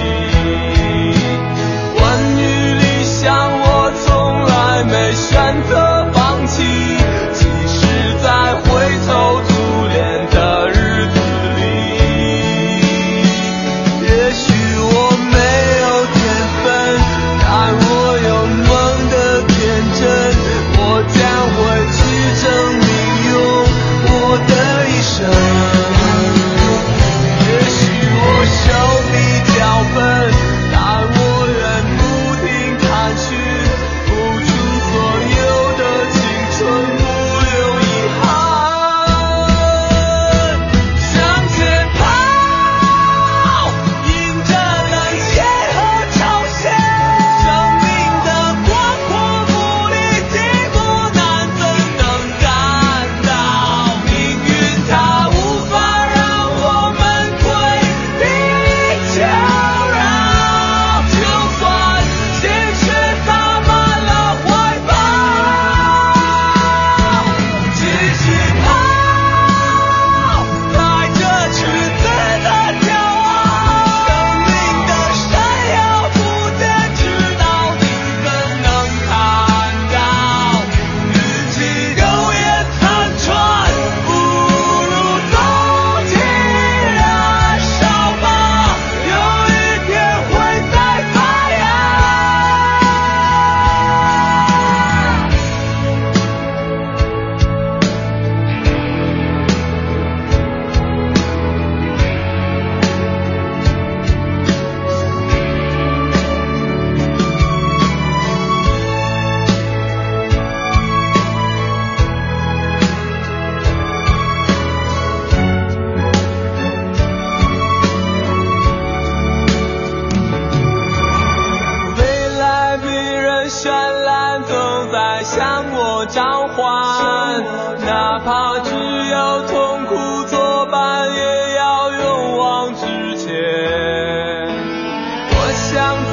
[SPEAKER 3] 召唤，哪怕只有痛苦作伴，也要勇往直前。我想。